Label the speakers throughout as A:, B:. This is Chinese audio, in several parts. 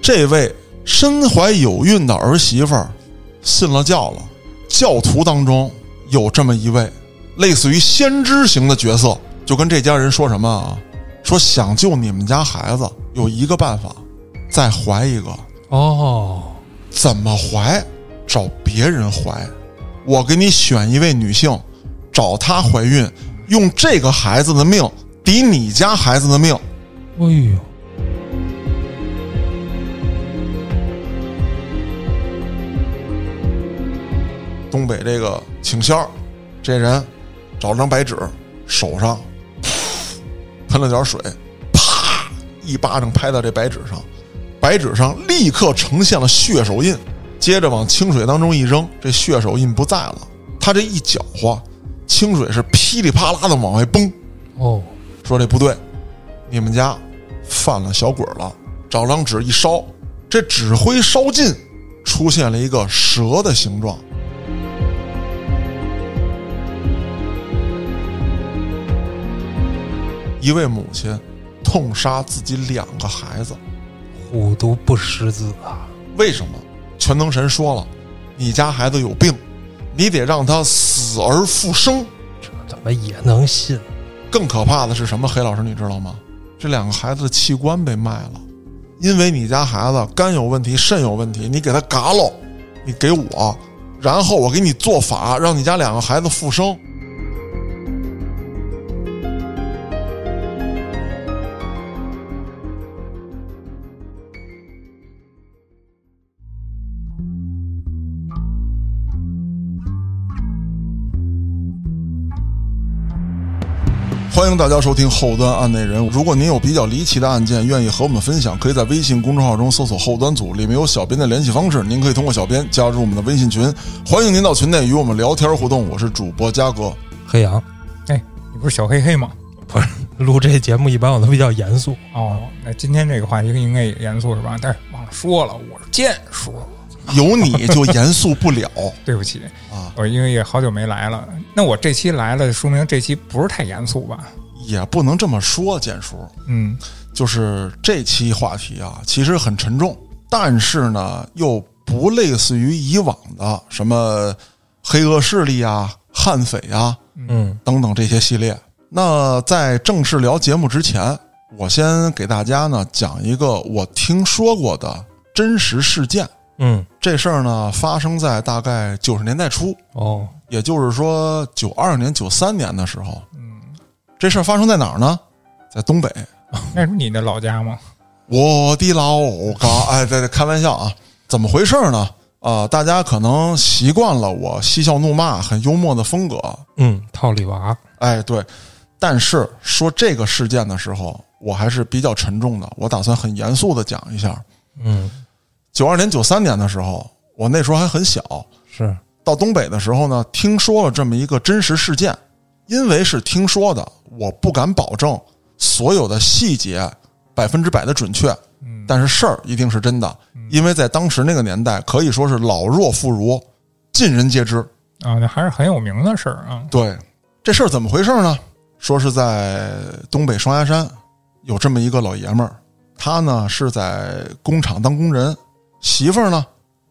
A: 这位身怀有孕的儿媳妇儿信了教了，教徒当中有这么一位类似于先知型的角色，就跟这家人说什么啊？说想救你们家孩子有一个办法，再怀一个，
B: 哦，
A: 怎么怀？找别人怀，我给你选一位女性，找她怀孕，用这个孩子的命抵你家孩子的命。
B: 哎呦，
A: 东北这个请仙儿，这人找张白纸，手上噗喷了点水，啪一巴掌拍在这白纸上，白纸上立刻呈现了血手印。接着往清水当中一扔，这血手印不在了。他这一搅和，清水是噼里啪啦的往外崩。
B: 哦，
A: 说这不对，你们家犯了小鬼了。找张纸一烧，这纸灰烧尽，出现了一个蛇的形状。一位母亲痛杀自己两个孩子，
B: 虎毒不食子啊！
A: 为什么？全能神说了，你家孩子有病，你得让他死而复生。
B: 这怎么也能信？
A: 更可怕的是什么？黑老师，你知道吗？这两个孩子的器官被卖了，因为你家孩子肝有问题、肾有问题，你给他嘎喽，你给我，然后我给你做法，让你家两个孩子复生。欢迎大家收听《后端案内人》。如果您有比较离奇的案件，愿意和我们分享，可以在微信公众号中搜索“后端组”，里面有小编的联系方式，您可以通过小编加入我们的微信群。欢迎您到群内与我们聊天互动。我是主播嘉哥，
B: 黑羊，
C: 哎，你不是小黑黑吗？
B: 录这节目一般我都比较严肃，
C: 哦，那今天这个话题应该也严肃是吧？但是忘了说了，我是健叔，
A: 有你就严肃不了
C: 对不起，
A: 啊，
C: 我因为也好久没来了。那我这期来了，说明这期不是太严肃吧？
A: 也不能这么说，简叔。
C: 嗯，
A: 就是这期话题啊，其实很沉重，但是呢，又不类似于以往的什么黑恶势力啊、悍匪啊
B: 嗯，
A: 等等这些系列。那在正式聊节目之前，我先给大家呢讲一个我听说过的真实事件。
B: 嗯，
A: 这事儿呢发生在大概九十年代初，
B: 哦，
A: 也就是说九二年、九三年的时候。
C: 嗯，
A: 这事儿发生在哪儿呢？在东北。
C: 那是你的老家吗？
A: 我的老嘎，哎，对对，开玩笑啊，怎么回事呢？啊、大家可能习惯了我嬉笑怒骂、很幽默的风格，
B: 嗯，套里娃，
A: 哎，对。但是说这个事件的时候，我还是比较沉重的，我打算很严肃的讲一下。
B: 嗯，
A: 九二年、九三年的时候，我那时候还很小，
B: 是，
A: 到东北的时候呢，听说了这么一个真实事件，因为是听说的，我不敢保证所有的细节百分之百的准确，
C: 嗯，
A: 但是事儿一定是真的，因为在当时那个年代可以说是老弱妇孺，尽人皆知。
C: 啊，那还是很有名的事儿啊。
A: 对，这事儿怎么回事呢？说是在东北双鸭山有这么一个老爷们儿，他呢是在工厂当工人，媳妇儿呢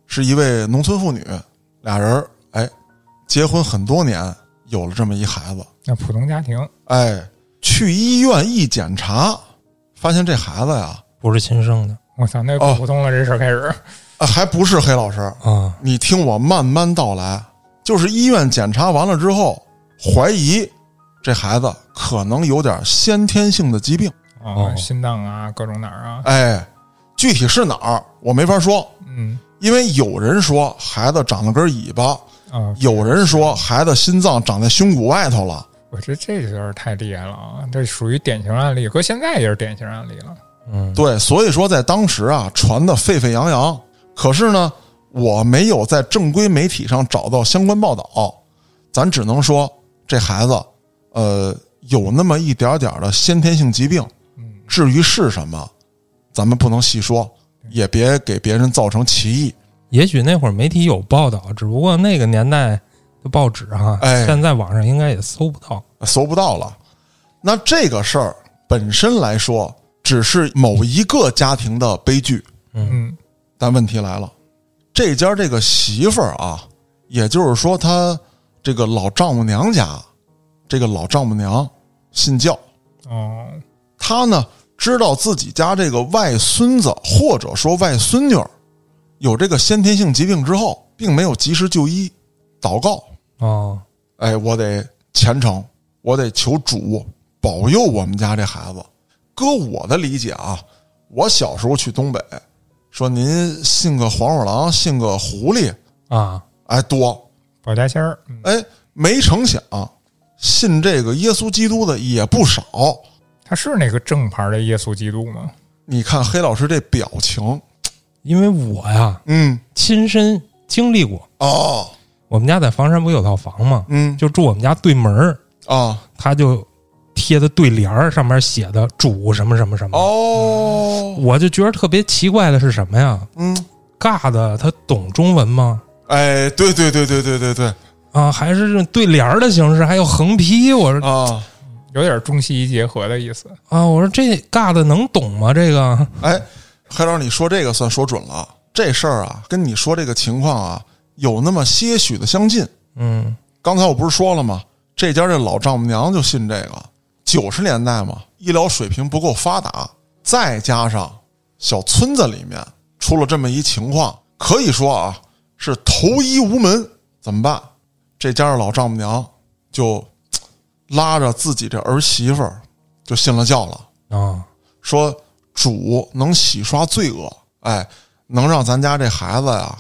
A: 是一位农村妇女，俩人儿哎结婚很多年，有了这么一孩子，
C: 那普通家庭，
A: 哎，去医院一检查，发现这孩子呀，
B: 不是亲生的
C: 我操，那
A: 哦
C: 普通了，这事儿开始。
A: 啊还不是黑老师，
B: 啊，
A: 你听我慢慢道来，就是医院检查完了之后，怀疑这孩子可能有点先天性的疾病。
C: 啊，
B: 哦
C: 心脏啊，各种哪儿啊，
A: 哎，具体是哪儿我没法说，
C: 嗯
A: 因为有人说孩子长了根尾巴，
C: 啊，
A: 有人说孩子心脏长在胸骨外头了。
C: 我觉得这有点太厉害了啊，这属于典型案例，搁现在也是典型案例了。
B: 嗯，
A: 对，所以说在当时啊，传的沸沸扬扬。可是呢，我没有在正规媒体上找到相关报道，咱只能说这孩子，呃，有那么一点点的先天性疾病。
C: 嗯
A: 至于是什么，咱们不能细说，也别给别人造成歧义。
B: 也许那会儿媒体有报道，只不过那个年代的报纸哈，
A: 哎
B: 现在网上应该也搜不到，
A: 搜不到了。那这个事儿本身来说，只是某一个家庭的悲剧，
C: 嗯
A: 但问题来了，这家这个媳妇儿啊，也就是说，她这个老丈母娘家，这个老丈母娘信教，
C: 哦，
A: 她呢知道自己家这个外孙子或者说外孙女儿有这个先天性疾病之后，并没有及时就医，祷告，
B: 哦，
A: 哎，我得虔诚，我得求主保佑我们家这孩子。搁我的理解啊，我小时候去东北，说您信个黄鼠狼，信个狐狸，
B: 啊，
A: 哎多，
C: 保家仙儿，嗯
A: 哎，没成想信这个耶稣基督的也不少。
C: 他是那个正牌的耶稣基督吗？
A: 你看黑老师这表情，
B: 因为我呀
A: 嗯，
B: 亲身经历过，
A: 哦，
B: 我们家在房山不有套房吗？
A: 嗯，
B: 就住我们家对门儿，
A: 啊，
B: 他就贴的对联儿，上面写的主什么什么什么。
A: 哦，
B: 我就觉得特别奇怪的是什么呀？
A: 嗯，
B: 尬的他懂中文吗？
A: 哎，对对对对对对对，
B: 啊，还是这对联儿的形式，还有横批。我说
A: 啊，
C: 有点中西医结合的意思。
B: 啊，我说这尬的能懂吗？这个
A: 哎，黑老师，你说这个算说准了。这事儿啊，跟你说这个情况啊，有那么些许的相近。
B: 嗯，
A: 刚才我不是说了吗？这家这老丈母娘就信这个。九十年代嘛，医疗水平不够发达，再加上小村子里面出了这么一情况，可以说啊是投医无门，怎么办？这家这老丈母娘就嘖拉着自己这儿媳妇儿就信了教了。
B: 啊，
A: 说主能洗刷罪恶，哎，能让咱家这孩子呀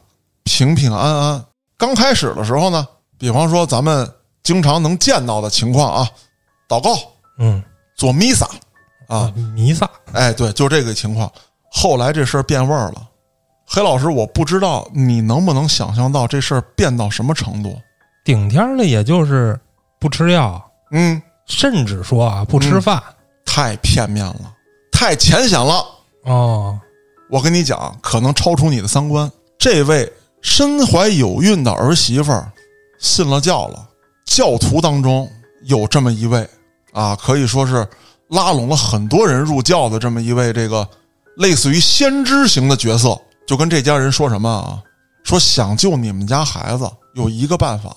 A: 平平安安。刚开始的时候呢，比方说咱们经常能见到的情况啊，祷告、
B: 嗯
A: 做弥撒啊，，
B: 弥撒
A: 哎，对，就这个情况。后来这事儿变味儿了。黑老师，我不知道你能不能想象到这事儿变到什么程度？
B: 顶天儿的也就是不吃药，
A: 嗯，
B: 甚至说啊不吃饭。
A: 太片面了，太浅显了。
B: 哦，
A: 我跟你讲，可能超出你的三观。这位身怀有孕的儿媳妇儿信了教了，教徒当中有这么一位啊，可以说是拉拢了很多人入教的这么一位这个类似于先知型的角色，就跟这家人说什么啊？说想救你们家孩子有一个办法，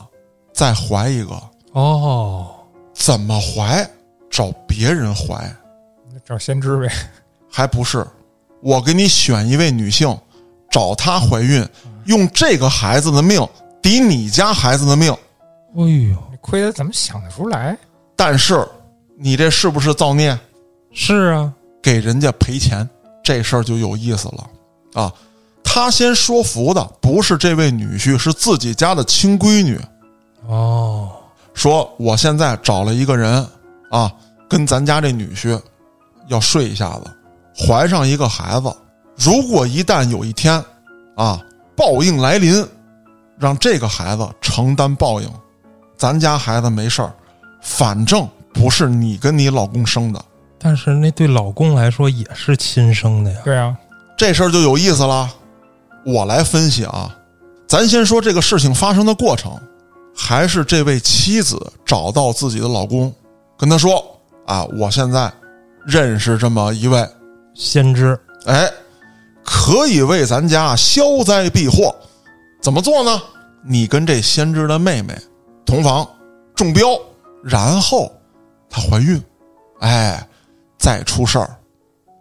A: 再怀一个，
B: 哦，
A: 怎么怀？找别人怀。
C: 找先知呗，
A: 还不是，我给你选一位女性，找她怀孕，用这个孩子的命抵你家孩子的命。
B: 哎呦，
C: 你亏他怎么想得出来？
A: 但是你这是不是造孽？
B: 是啊，
A: 给人家赔钱，这事儿就有意思了啊！他先说服的不是这位女婿，是自己家的亲闺女，
B: 哦，
A: 说我现在找了一个人啊，跟咱家这女婿要睡一下子，怀上一个孩子。如果一旦有一天啊，报应来临，让这个孩子承担报应，咱家孩子没事儿，反正不是你跟你老公生的，
B: 但是那对老公来说也是亲生的呀。
C: 对啊，
A: 这事儿就有意思了。我来分析啊，咱先说这个事情发生的过程，还是这位妻子找到自己的老公，跟他说啊，我现在认识这么一位，
B: 先知，
A: 哎，可以为咱家消灾避祸。怎么做呢？你跟这先知的妹妹同房中标，然后她怀孕，哎，再出事儿，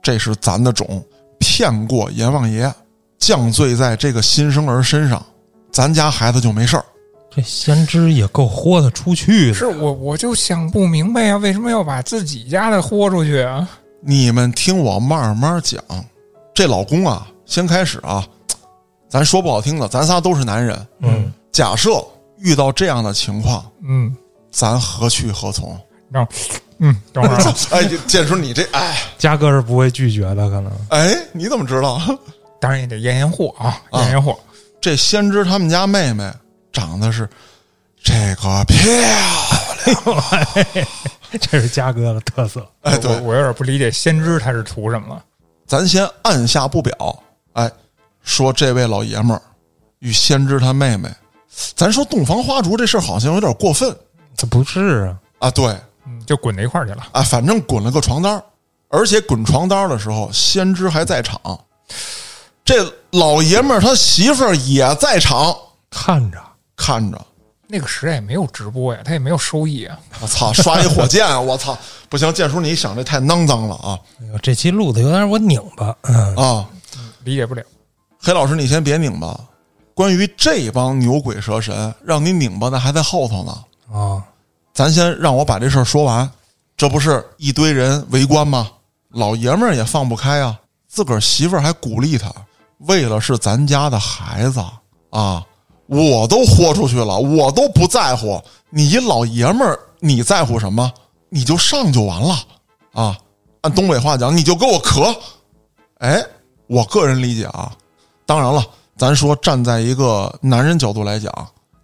A: 这是咱的种，骗过阎王爷，降罪在这个新生儿身上，咱家孩子就没事儿。
B: 这先知也够豁得出去的。
C: 是我我就想不明白啊，为什么要把自己家的豁出去啊？
A: 你们听我慢慢讲。这老公啊，先开始啊，咱说不好听的，咱仨都是男人，
B: 嗯，
A: 假设遇到这样的情况，
C: 嗯，
A: 咱何去何从？
C: 让嗯，等会儿啊
A: 哎，建叔，你这哎
B: 嘉哥是不会拒绝的，可能。
A: 哎，你怎么知道？
C: 当然也得验验货啊，
A: 啊
C: 验验货。
A: 这先知他们家妹妹长得是这个漂亮，
B: 这是嘉哥的特色。
A: 哎，
C: 我
A: 对，
C: 我有点不理解先知他是图什么了。
A: 咱先按下不表。哎，说这位老爷们儿与先知他妹妹，咱说洞房花烛这事儿好像有点过分
B: 这不是啊，
A: 啊。对，
C: 嗯，就滚到一块儿去了。
A: 啊，反正滚了个床单儿，而且滚床单儿的时候，先知还在场。这老爷们儿他媳妇儿也在场
B: 看着
A: 看着，
C: 那个时代也没有直播呀，他也没有收益啊。
A: 我操，刷一火箭，我操，不行，建叔你一想这太肮脏了啊
B: 哎呦，这期录的有点我拧巴，嗯，
A: 啊！
C: 理解不了。
A: 黑老师，你先别拧巴，关于这帮牛鬼蛇神，让你拧巴的还在后头呢。
B: 哦，
A: 咱先让我把这事儿说完。这不是一堆人围观吗？老爷们儿也放不开啊，自个儿媳妇儿还鼓励他，为了是咱家的孩子啊，我都豁出去了，我都不在乎。你一老爷们儿，你在乎什么？你就上就完了啊！按东北话讲，你就给我磕。哎，我个人理解啊，当然了，咱说站在一个男人角度来讲，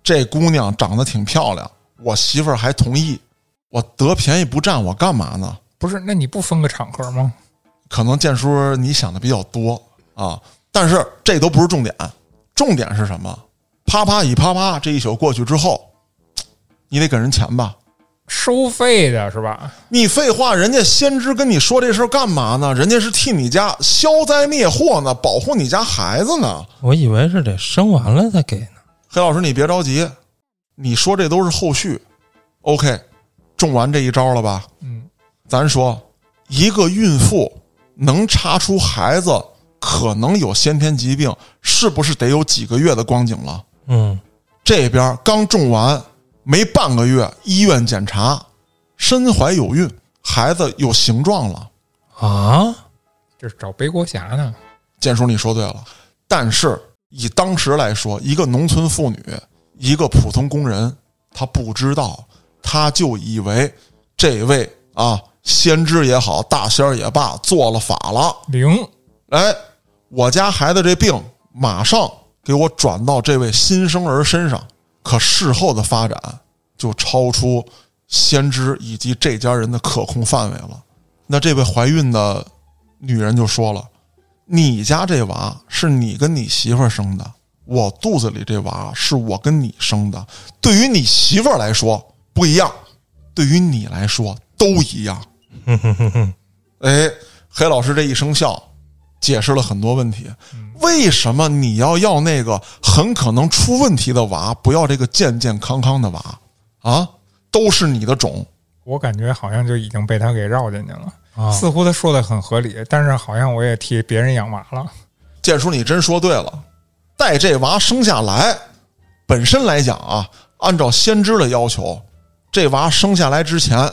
A: 这姑娘长得挺漂亮，我媳妇儿还同意，我得便宜不占，我干嘛呢？
C: 不是，那你不分个场合吗？
A: 可能建叔你想的比较多啊，但是这都不是重点，重点是什么？啪啪一啪啪，这一宿过去之后，你得给人钱吧？
C: 收费的是吧？
A: 你废话，人家先知跟你说这事儿干嘛呢？人家是替你家消灾灭祸呢，保护你家孩子呢。
B: 我以为是得生完了再给呢。
A: 黑老师，你别着急，你说这都是后续。OK，中完这一招了吧？
C: 嗯，
A: 咱说，一个孕妇能查出孩子可能有先天疾病，是不是得有几个月的光景了？
B: 嗯，
A: 这边刚种完没半个月，医院检查身怀有孕，孩子有形状了。
B: 啊，
C: 这是找背锅侠呢。
A: 建叔，你说对了，但是以当时来说，一个农村妇女，一个普通工人，她不知道，她就以为这位啊先知也好，大仙儿也罢，做了法了。
C: 零
A: 哎，我家孩子这病马上给我转到这位新生儿身上。可事后的发展就超出先知以及这家人的可控范围了。那这位怀孕的女人就说了：“你家这娃是你跟你媳妇儿生的，我肚子里这娃是我跟你生的。对于你媳妇儿来说不一样，对于你来说都一样。”哎，黑老师这一声笑，解释了很多问题。为什么你要要那个很可能出问题的娃，不要这个健健康康的娃啊？都是你的种，
C: 我感觉好像就已经被他给绕进去了，
B: 啊
C: 似乎他说的很合理，但是好像我也替别人养娃了。
A: 建叔，你真说对了。带这娃生下来，本身来讲啊，按照先知的要求，这娃生下来之前，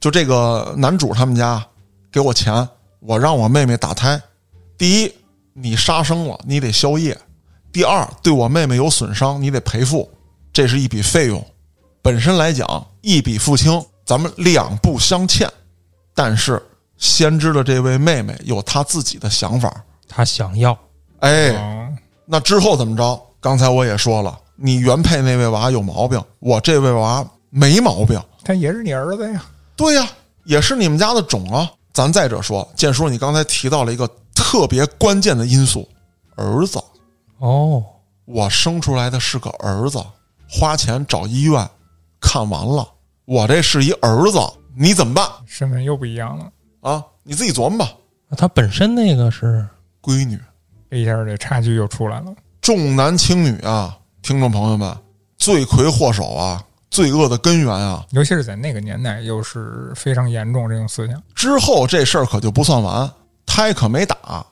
A: 就这个男主他们家给我钱，我让我妹妹打胎。第一，你杀生了，你得宵夜；第二，对我妹妹有损伤，你得赔付，这是一笔费用。本身来讲，一笔付清，咱们两不相欠。但是先知的这位妹妹有她自己的想法，
B: 他想要，
A: 哎，
C: 嗯，
A: 那之后怎么着？刚才我也说了，你原配那位娃有毛病，我这位娃没毛病。
C: 他也是你儿子呀。
A: 对呀、也是你们家的种啊。咱再者说，建叔，你刚才提到了一个特别关键的因素，儿子。
B: 哦，
A: 我生出来的是个儿子，花钱找医院看完了，我这是一儿子，你怎么办
C: 身份又不一样了，
A: 啊？你自己琢磨吧。
B: 那他本身那个是
A: 闺女，
C: 这一下这差距又出来了。
A: 重男轻女啊，听众朋友们，罪魁祸首啊，罪恶的根源啊，
C: 尤其是在那个年代，又是非常严重这种思想。
A: 之后这事儿可就不算完，胎可没打，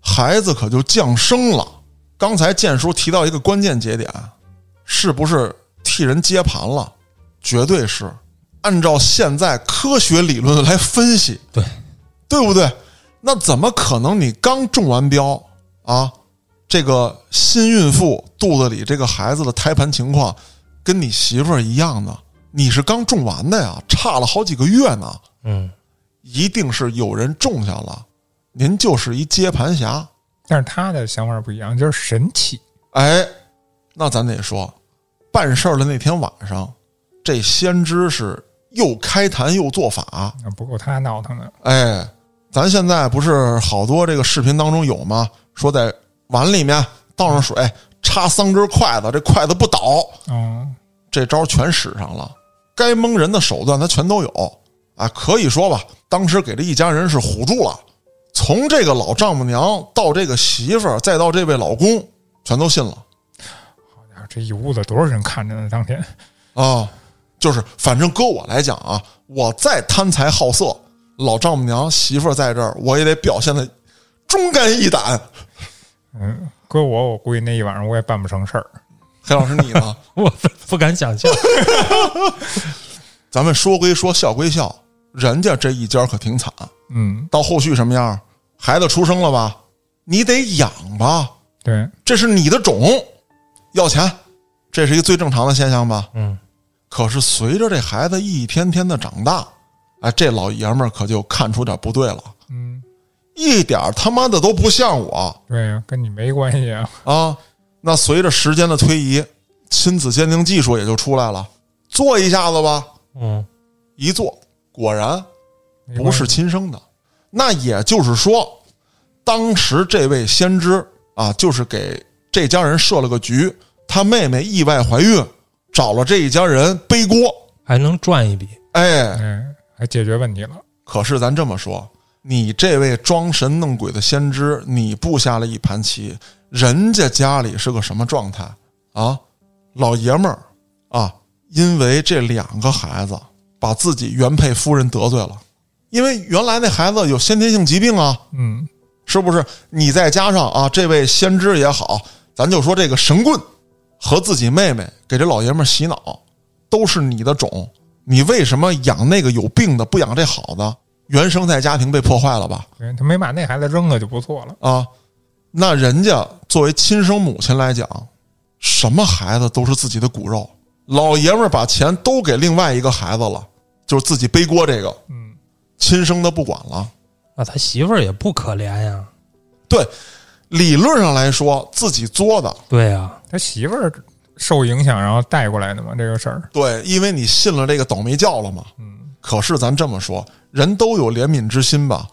A: 孩子可就降生了。刚才建叔提到一个关键节点，是不是替人接盘了？绝对是。按照现在科学理论来分析，
B: 对，
A: 对不对？那怎么可能？你刚中完标啊，这个新孕妇肚子里这个孩子的胎盘情况跟你媳妇儿一样呢？你是刚种完的呀，差了好几个月呢。
B: 嗯，
A: 一定是有人种下了，您就是一接盘侠。
C: 但是他的想法不一样，就是神奇。
A: 哎，那咱得说，办事儿的那天晚上，这先知是又开坛又做法。
C: 啊，不够他闹腾的。
A: 哎，咱现在不是好多这个视频当中有吗？说在碗里面倒上水，插三根筷子，这筷子不倒，
C: 嗯，
A: 这招全使上了，该蒙人的手段他全都有啊。可以说吧，当时给这一家人是唬住了，从这个老丈母娘到这个媳妇儿，再到这位老公，全都信了
C: 啊这一屋子多少人看着呢？当天
A: 啊。就是反正搁我来讲啊，我再贪财好色，老丈母娘媳妇儿在这儿，我也得表现的忠肝义胆。
C: 搁我，我估计那一晚上我也办不成事儿。
A: 黑老师，你呢？
B: 我不不敢想 象。
A: 咱们说归说，笑归笑，人家这一家可挺惨。
C: 嗯，
A: 到后续什么样？孩子出生了吧？你得养吧，
C: 对，
A: 这是你的种，要钱，这是一个最正常的现象吧？
B: 嗯，
A: 可是随着这孩子一天天的长大，哎，这老爷们儿可就看出点不对了，
C: 嗯，
A: 一点儿他妈的都不像我
C: 对呀，跟你没关系啊。
A: 啊！那随着时间的推移，亲子鉴定技术也就出来了，做一下子吧，
B: 嗯，
A: 一做果然
C: 没
A: 不
C: 关
A: 是
C: 系，
A: 亲生的。那也就是说，当时这位先知啊，就是给这家人设了个局，他妹妹意外怀孕，找了这一家人背锅。
B: 还能赚一笔。
A: 哎，
C: 哎，还解决问题了。
A: 可是咱这么说，你这位装神弄鬼的先知，你布下了一盘棋，人家家里是个什么状态啊？老爷们儿啊，因为这两个孩子把自己原配夫人得罪了，因为原来那孩子有先天性疾病啊，
C: 嗯，
A: 是不是？你再加上啊，这位先知也好，咱就说这个神棍和自己妹妹给这老爷们儿洗脑，都是你的种，你为什么养那个有病的，不养这好的？原生态家庭被破坏了吧？
C: 对他没把那孩子扔了就不错了。
A: 啊，那人家作为亲生母亲来讲，什么孩子都是自己的骨肉。老爷们儿把钱都给另外一个孩子了，就是自己背锅这个
C: 嗯，
A: 亲生的不管了。
B: 啊，他媳妇儿也不可怜呀。
A: 对，理论上来说，自己作的，
B: 对啊呀，
C: 他媳妇儿受影响，然后带过来的嘛，这个事儿。
A: 对，因为你信了这个倒霉教了嘛。
C: 嗯，
A: 可是咱这么说，人都有怜悯之心吧？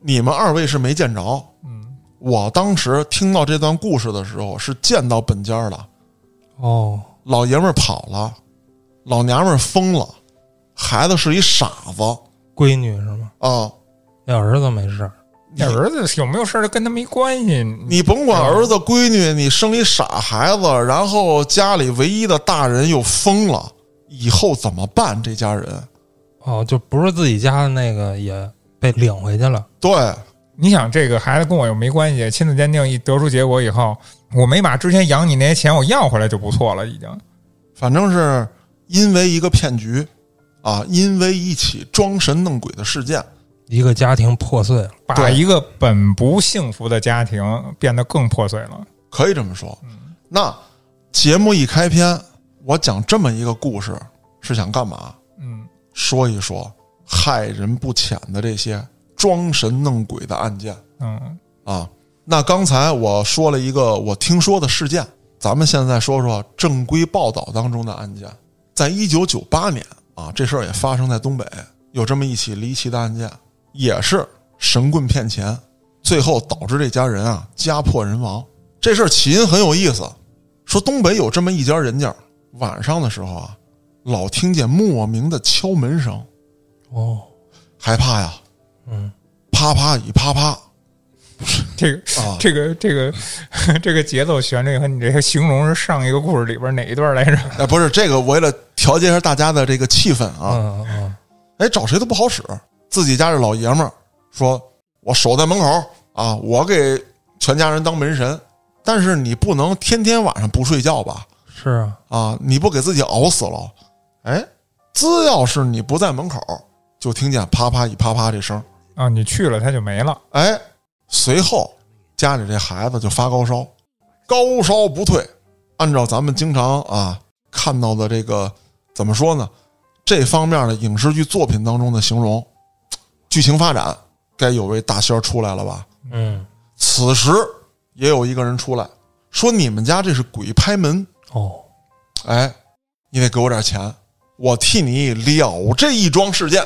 A: 你们二位是没见着，
C: 嗯，
A: 我当时听到这段故事的时候是见到本家了，
B: 哦，
A: 老爷们儿跑了，老娘们儿疯了，孩子是一傻子
B: 闺女是吗？
C: 嗯
A: 啊！
B: 那儿子没事儿。
A: 你
C: 那儿子有没有事儿都跟他没关系。你
A: 你甭管儿子闺女，你生一傻孩子，然后家里唯一的大人又疯了，以后怎么办？这家人
B: 哦，就不是自己家的那个也被领回去了。
A: 对。
C: 你想，这个孩子跟我又没关系，亲子鉴定一得出结果以后，我没把之前养你那些钱我要回来就不错了，已经。
A: 反正是因为一个骗局，啊，因为一起装神弄鬼的事件，
B: 一个家庭破碎了，
C: 把
A: 对
C: 一个本不幸福的家庭变得更破碎了。
A: 可以这么说。那节目一开篇，我讲这么一个故事，是想干嘛？
C: 嗯，
A: 说一说害人不浅的这些装神弄鬼的案件
C: 嗯，
A: 啊。那刚才我说了一个我听说的事件，咱们现在说说正规报道当中的案件。在一九九八年啊，这事儿也发生在东北，有这么一起离奇的案件，也是神棍骗钱，最后导致这家人啊家破人亡。这事儿起因很有意思，说东北有这么一家人家，晚上的时候啊，老听见莫名的敲门声，
B: 哦，
A: 害怕呀，
B: 嗯，
A: 啪啪一啪啪，
C: 这个、
A: 啊
C: 这个这个 这个节奏旋律和你这个形容是上一个故事里边哪一段来着？
A: 哎，不是这个，为了调节一下大家的这个气氛啊，
B: 嗯嗯
A: 哎，找谁都不好使。自己家这老爷们儿说：“我守在门口啊，我给全家人当门神。”但是你不能天天晚上不睡觉吧？
B: 嗯，是啊，
A: 啊，你不给自己熬死了？哎，只要是你不在门口，就听见啪啪一啪啪这声儿。
C: 啊，你去了他就没了。
A: 哎，随后家里这孩子就发高烧，高烧不退。按照咱们经常啊看到的这个怎么说呢，这方面的影视剧作品当中的形容，剧情发展该有位大仙儿出来了吧？
B: 嗯，
A: 此时也有一个人出来说：“你们家这是鬼拍门，
B: 哦，
A: 哎，你得给我点钱，我替你了这一桩事件。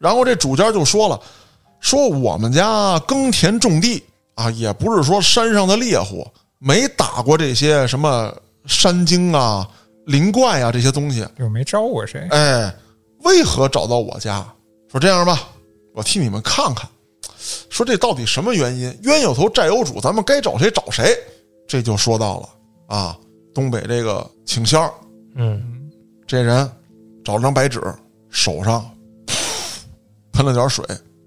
A: 然后这主家就说了，说我们家耕田种地啊，也不是说山上的猎户，没打过这些什么山精啊、灵怪啊这些东西。
C: 就没招过谁，
A: 哎，为何找到我家？说这样吧，我替你们看看，说这到底什么原因？冤有头，债有主，咱们该找谁找谁。这就说到了啊，东北这个请仙儿
B: 嗯
A: 这人找张白纸，手上噗喷了点水，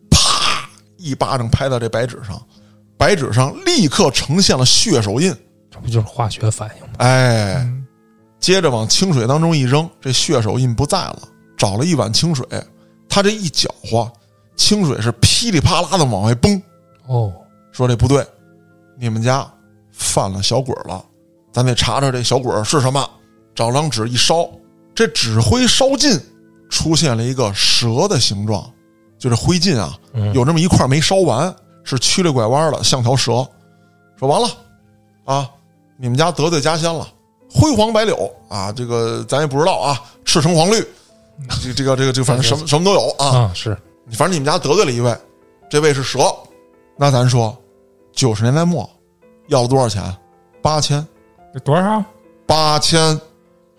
A: 啪一巴掌拍到这白纸上，白纸上立刻呈现了血手印。
B: 这不就是化学反应吗？
A: 哎，接着往清水当中一扔，这血手印不在了。找了一碗清水，他这一搅和，清水是噼里啪啦的往外崩。
B: 哦，
A: 说这不对，你们家犯了小鬼儿了，咱得查查这小鬼儿是什么。找张纸一烧，这纸灰烧尽，出现了一个蛇的形状，就这灰烬啊，有这么一块没烧完，是曲里拐弯的，像条蛇。说完了啊，你们家得罪家仙了，灰黄白柳啊，这个咱也不知道啊，赤橙黄绿，这这个这个这个，反正什么什么都有啊。
B: 啊是，
A: 反正你们家得罪了一位，这位是蛇，那咱说，九十年代末要了多少钱？八千，
C: 这多少？
A: 八千，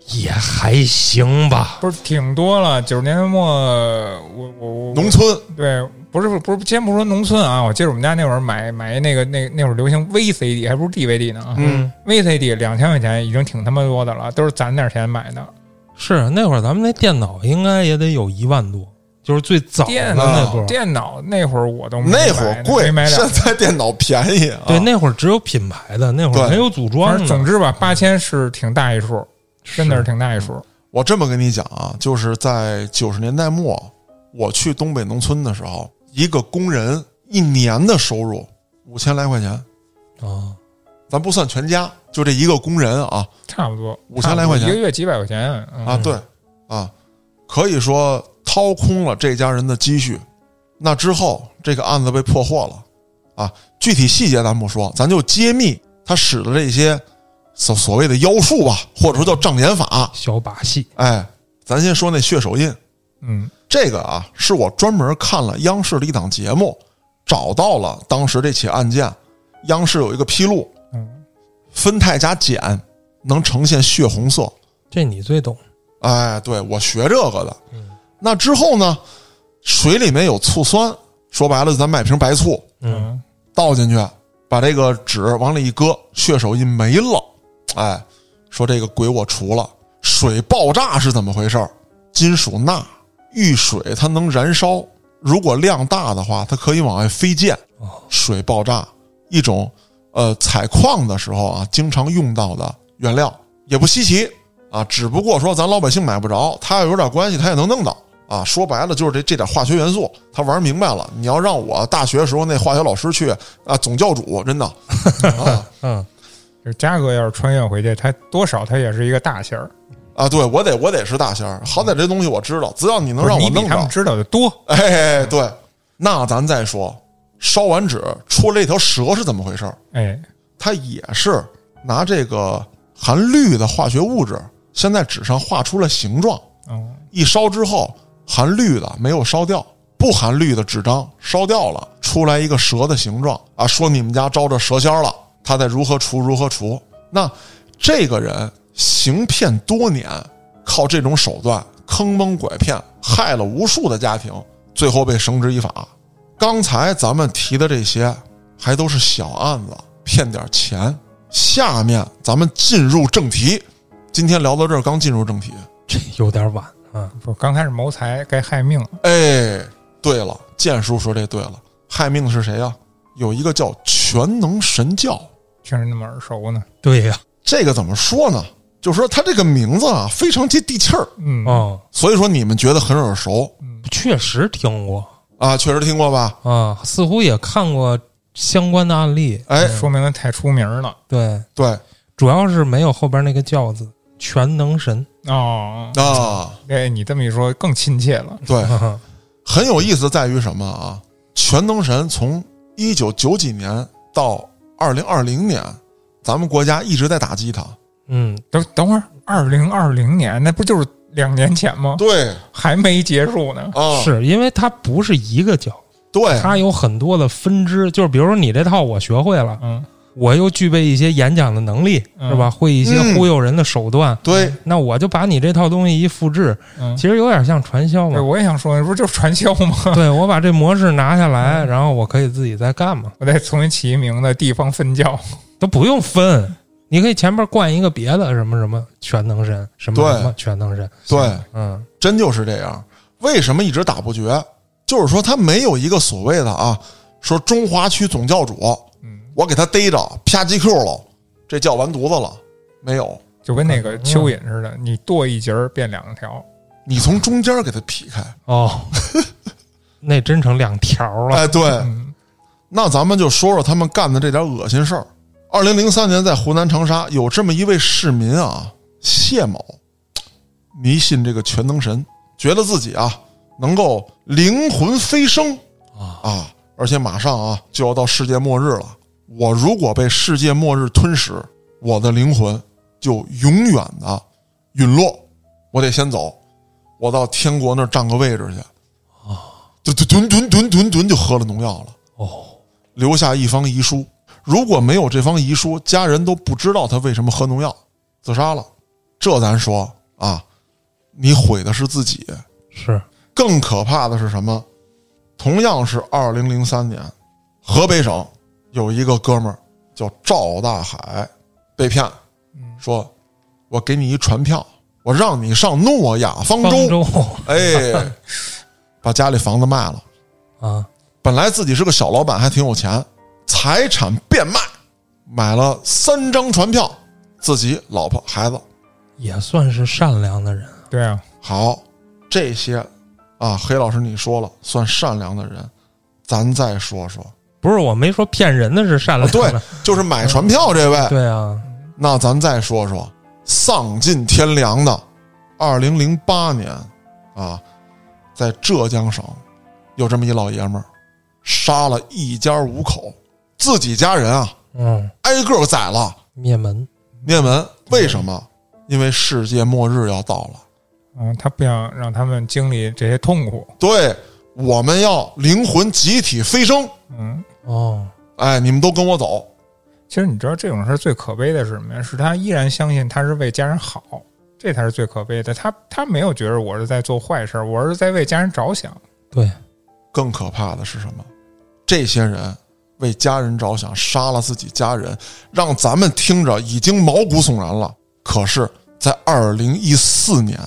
B: 也还行吧。
C: 不是挺多了。九十年代末，我我我
A: 农村
C: 对，不是不是，先不说农村啊，我记得我们家那会儿买买那个那那会儿流行 VCD，还不是 DVD 呢啊。
B: 嗯，
C: VCD 两千块钱已经挺他妈多的了，都是攒点钱买的。
B: 是那会儿咱们那电脑应该也得有一万多，就是最早的
C: 电
B: 那
C: 脑
B: 波。
C: 电脑那会儿我都没
A: 那会儿
C: 买
A: 贵
C: 没，买
A: 现
C: 两
A: 在电脑便宜啊。
B: 对，那会儿只有品牌的，那会
A: 对
B: 儿没有组
C: 反
B: 装
C: 正
B: 的。
C: 总之吧，八千是挺大一数，真的是挺大一数。
A: 我这么跟你讲啊，就是在九十年代末，我去东北农村的时候，一个工人一年的收入五千来块钱，
B: 啊，
A: 咱不算全家，就这一个工人啊，
C: 差不多
A: 5000来块钱
C: 差不多一个月几百块钱嗯
A: 啊，对，啊，可以说掏空了这家人的积蓄。那之后，这个案子被破获了，啊，具体细节咱不说，咱就揭秘他使的这些所所谓的妖术吧，或者说叫障眼法。
B: 小把戏。
A: 哎，咱先说那血手印，
C: 嗯，
A: 这个啊，是我专门看了央视的一档节目，找到了当时这起案件，央视有一个披露，
C: 嗯，
A: 酚酞加碱能呈现血红色，
B: 这你最懂，
A: 哎，对我学这个的。那之后呢，水里面有醋酸，说白了，咱买瓶白醋
B: 嗯，
A: 倒进去，把这个纸往里一搁，血手印没了。哎，说这个鬼我除了。水爆炸是怎么回事儿？金属钠遇水它能燃烧，如果量大的话，它可以往外飞溅。水爆炸一种呃采矿的时候啊经常用到的原料，也不稀奇啊。只不过说咱老百姓买不着，他要有点关系，他也能弄到啊。说白了就是这这点化学元素，他玩明白了。你要让我大学时候那化学老师去啊，总教主真的啊
B: 嗯，
C: 就嘉哥要是穿越回去，他多少他也是一个大仙儿，
A: 啊，对我得我得是大仙儿。好歹这东西我知道，只要你能让
C: 不
A: 我
C: 是你
A: 弄
C: 比他
A: 着
C: 们，知道的多。
A: 哎，对。那咱再说，烧完纸出来这条蛇是怎么回事儿？
C: 哎，
A: 它也是拿这个含氯的化学物质，先在纸上画出了形状，
C: 嗯，
A: 一烧之后，含氯的没有烧掉，不含氯的纸张烧掉了，出来一个蛇的形状啊，说你们家招着蛇仙儿了，他得如何除如何除。那这个人行骗多年，靠这种手段坑蒙拐骗，害了无数的家庭，最后被绳之以法。刚才咱们提的这些还都是小案子，骗点钱。下面咱们进入正题，今天聊到这儿，刚进入正题。
B: 这有点晚啊。
C: 不是，刚开始谋财该害命，
A: 哎，对了，剑叔说这对了，害命的是谁呀、啊有一个叫全能神教，
C: 听着那么耳熟呢。
B: 对呀，
A: 这个怎么说呢？就说他这个名字啊，非常接地气儿，
C: 嗯，
B: 哦，
A: 所以说你们觉得很耳熟
B: 确实听过
A: 啊，确实听过吧？
B: 啊，似乎也看过相关的案例。
A: 哎，
C: 说明他太出名了。
B: 对，
A: 对
B: 主要是没有后边那个“教”字，全能 神。
C: 哦，
A: 啊，
C: 哎，你这么一说更亲切了。
A: 对，
B: 哈哈
A: 很有意思在于什么啊？全能神从一九九几年到二零二零年，咱们国家一直在打击他。
B: 嗯，
C: 等等会儿，二零二零年那不就是两年前吗？
A: 对
C: 还没结束呢。
A: 啊，
B: 是因为它不是一个教，
A: 对
B: 它有很多的分支。就是比如说你这套我学会了，
C: 嗯，
B: 我又具备一些演讲的能力，
C: 嗯
B: 是吧？会一些
A: 嗯
B: 忽悠人的手段，
A: 对，
B: 那我就把你这套东西一复制，
C: 嗯，
B: 其实有点像传销
C: 对，
B: 嘛。
C: 我也想说，不是就是传销吗？
B: 对我把这模式拿下来，然后我可以自己再干嘛，
C: 我再重新起一名的地方分教，
B: 都不用分。你可以前面灌一个别的什么什么全能神，什么
A: 对
B: 什么全能神，
A: 对，
B: 嗯，
A: 真就是这样。为什么一直打不绝？就是说他没有一个所谓的啊，说中华区总教主，
C: 嗯，
A: 我给他逮着，啪叽 Q 了，这叫完犊子了。没有，
C: 就跟那个蚯蚓似的，你剁一截儿变两条，
A: 你从中间给他劈开。
B: 哦， 那真成两条了，
A: 哎，对，
C: 嗯
A: 那咱们就说说他们干的这点恶心事儿。二零零三年，在湖南长沙有这么一位市民啊，谢某，迷信这个全能神，觉得自己啊能够灵魂飞升
B: 啊
A: 啊，而且马上啊就要到世界末日了。我如果被世界末日吞噬，我的灵魂就永远的陨落。我得先走，我到天国那儿占个位置去。啊，就就吨吨吨吨吨就喝了农药了。
B: 哦，
A: 留下一方遗书。如果没有这方遗书，家人都不知道他为什么喝农药自杀了。这咱说啊，你毁的是自己。
B: 是
A: 更可怕的是什么？同样是二零零三年，河北省有一个哥们儿叫赵大海，被骗，
B: 嗯
A: 说我给你一船票，我让你上诺亚方
B: 方
A: 舟，
B: 舟
A: 哎， 把家里房子卖了。
B: 啊，
A: 本来自己是个小老板，还挺有钱，财产变卖，买了三张船票，自己、老婆、孩子。
B: 也算是善良的人，
C: 对啊，
A: 好，这些啊，黑老师你说了，算善良的人。咱再说说，啊
B: 不是我没说骗人的是善良
A: 对
B: 的，，
A: 就是买船票这位。
B: 对啊，
A: 那咱再说说丧尽天良的，二零零八年啊，在浙江省有这么一老爷们儿，杀了一家五口，自己家人啊
B: 嗯，
A: 挨个宰了。
B: 灭门，
A: 灭门。为什么？因为世界末日要到了，
C: 嗯，他不想让他们经历这些痛苦，
A: 对，我们要灵魂集体飞升。
C: 嗯，
B: 哦，
A: 哎，你们都跟我走。
C: 其实你知道这种事儿最可悲的是什么呀？是他依然相信他是为家人好，这才是最可悲的。他他没有觉得我是在做坏事儿，我是在为家人着想。
B: 对，
A: 更可怕的是什么？这些人为家人着想，杀了自己家人，让咱们听着已经毛骨悚然了。可是，在二零一四年，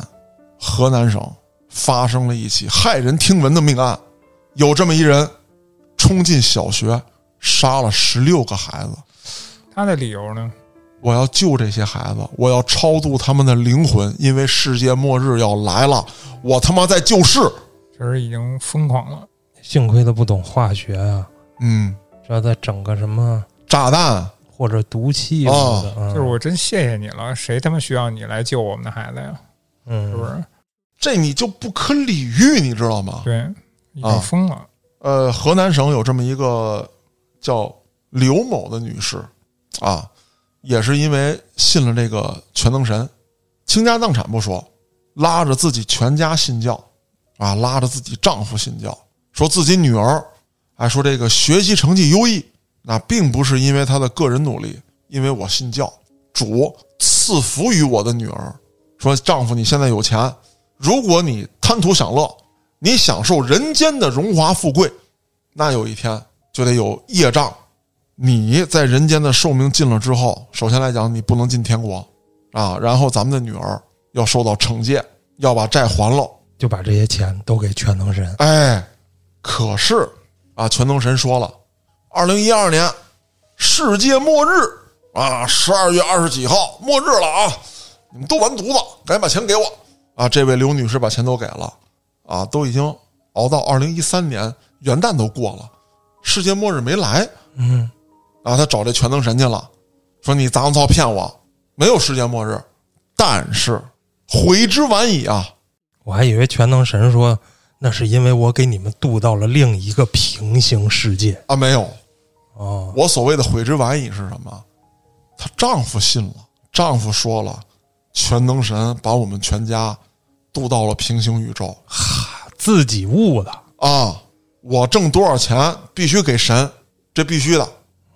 A: 河南省发生了一起骇人听闻的命案，有这么一人冲进小学，杀了十六个孩子。
C: 他的理由呢？
A: 我要救这些孩子，我要超度他们的灵魂，因为世界末日要来了，我他妈在救世。
C: 其实已经疯狂了。
B: 幸亏他不懂化学啊，
A: 嗯，
B: 这再整个什么
A: 炸弹，
B: 或者毒气什么的，嗯
C: 就是
A: 哦
C: 我真谢谢你了，谁他妈需要你来救我们的孩子呀？
B: 嗯，
C: 是不是？
A: 这你就不可理喻，你知道吗？
C: 对，已
A: 啊
C: 经疯了。
A: 呃，河南省有这么一个叫刘某的女士，啊，也是因为信了这个全能神，倾家荡产不说，啊拉着自己全家信教，啊，拉着自己丈夫信教，说自己女儿，哎，说这个学习成绩优异，那并不是因为她的个人努力，因为我信教，主赐福于我的女儿，说丈夫你现在有钱，如果你贪图享乐，你享受人间的荣华富贵，那有一天就得有业障。你在人间的寿命尽了之后，首先来讲，你不能进天国啊。然后咱们的女儿要受到惩戒，要把债还了。
B: 就把这些钱都给全能神，
A: 哎，可是啊，全能神说了，二零一二年世界末日啊，十二月二十几号末日了啊，你们都完犊子，赶紧把钱给我啊！这位刘女士把钱都给了啊，都已经熬到二零一三年元旦都过了，世界末日没来，
B: 嗯，
A: 然后他找这全能神去了，说你杂操骗我，没有世界末日，但是悔之晚矣啊！
B: 我还以为全能神说那是因为我给你们渡到了另一个平行世界
A: 啊，没有，
B: 哦，
A: 我所谓的悔之晚矣是什么？她丈夫信了，丈夫说了，全能神把我们全家渡到了平行宇宙
B: 自己悟的
A: 啊！我挣多少钱必须给神，这必须的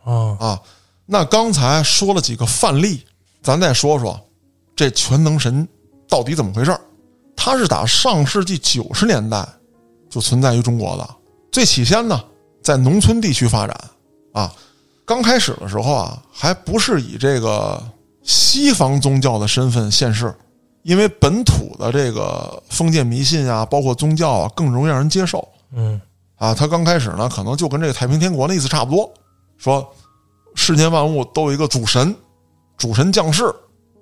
B: 哦，
A: 啊！那刚才说了几个范例，咱再说说这全能神到底怎么回事儿？它是打上世纪九十年代就存在于中国的，最起先呢在农村地区发展啊。刚开始的时候啊，还不是以这个西方宗教的身份现世，因为本土的这个封建迷信啊，包括宗教啊，更容易让人接受。
B: 嗯
A: 啊，他刚开始呢，可能就跟这个太平天国那意思差不多，说世间万物都有一个主神，主神降世，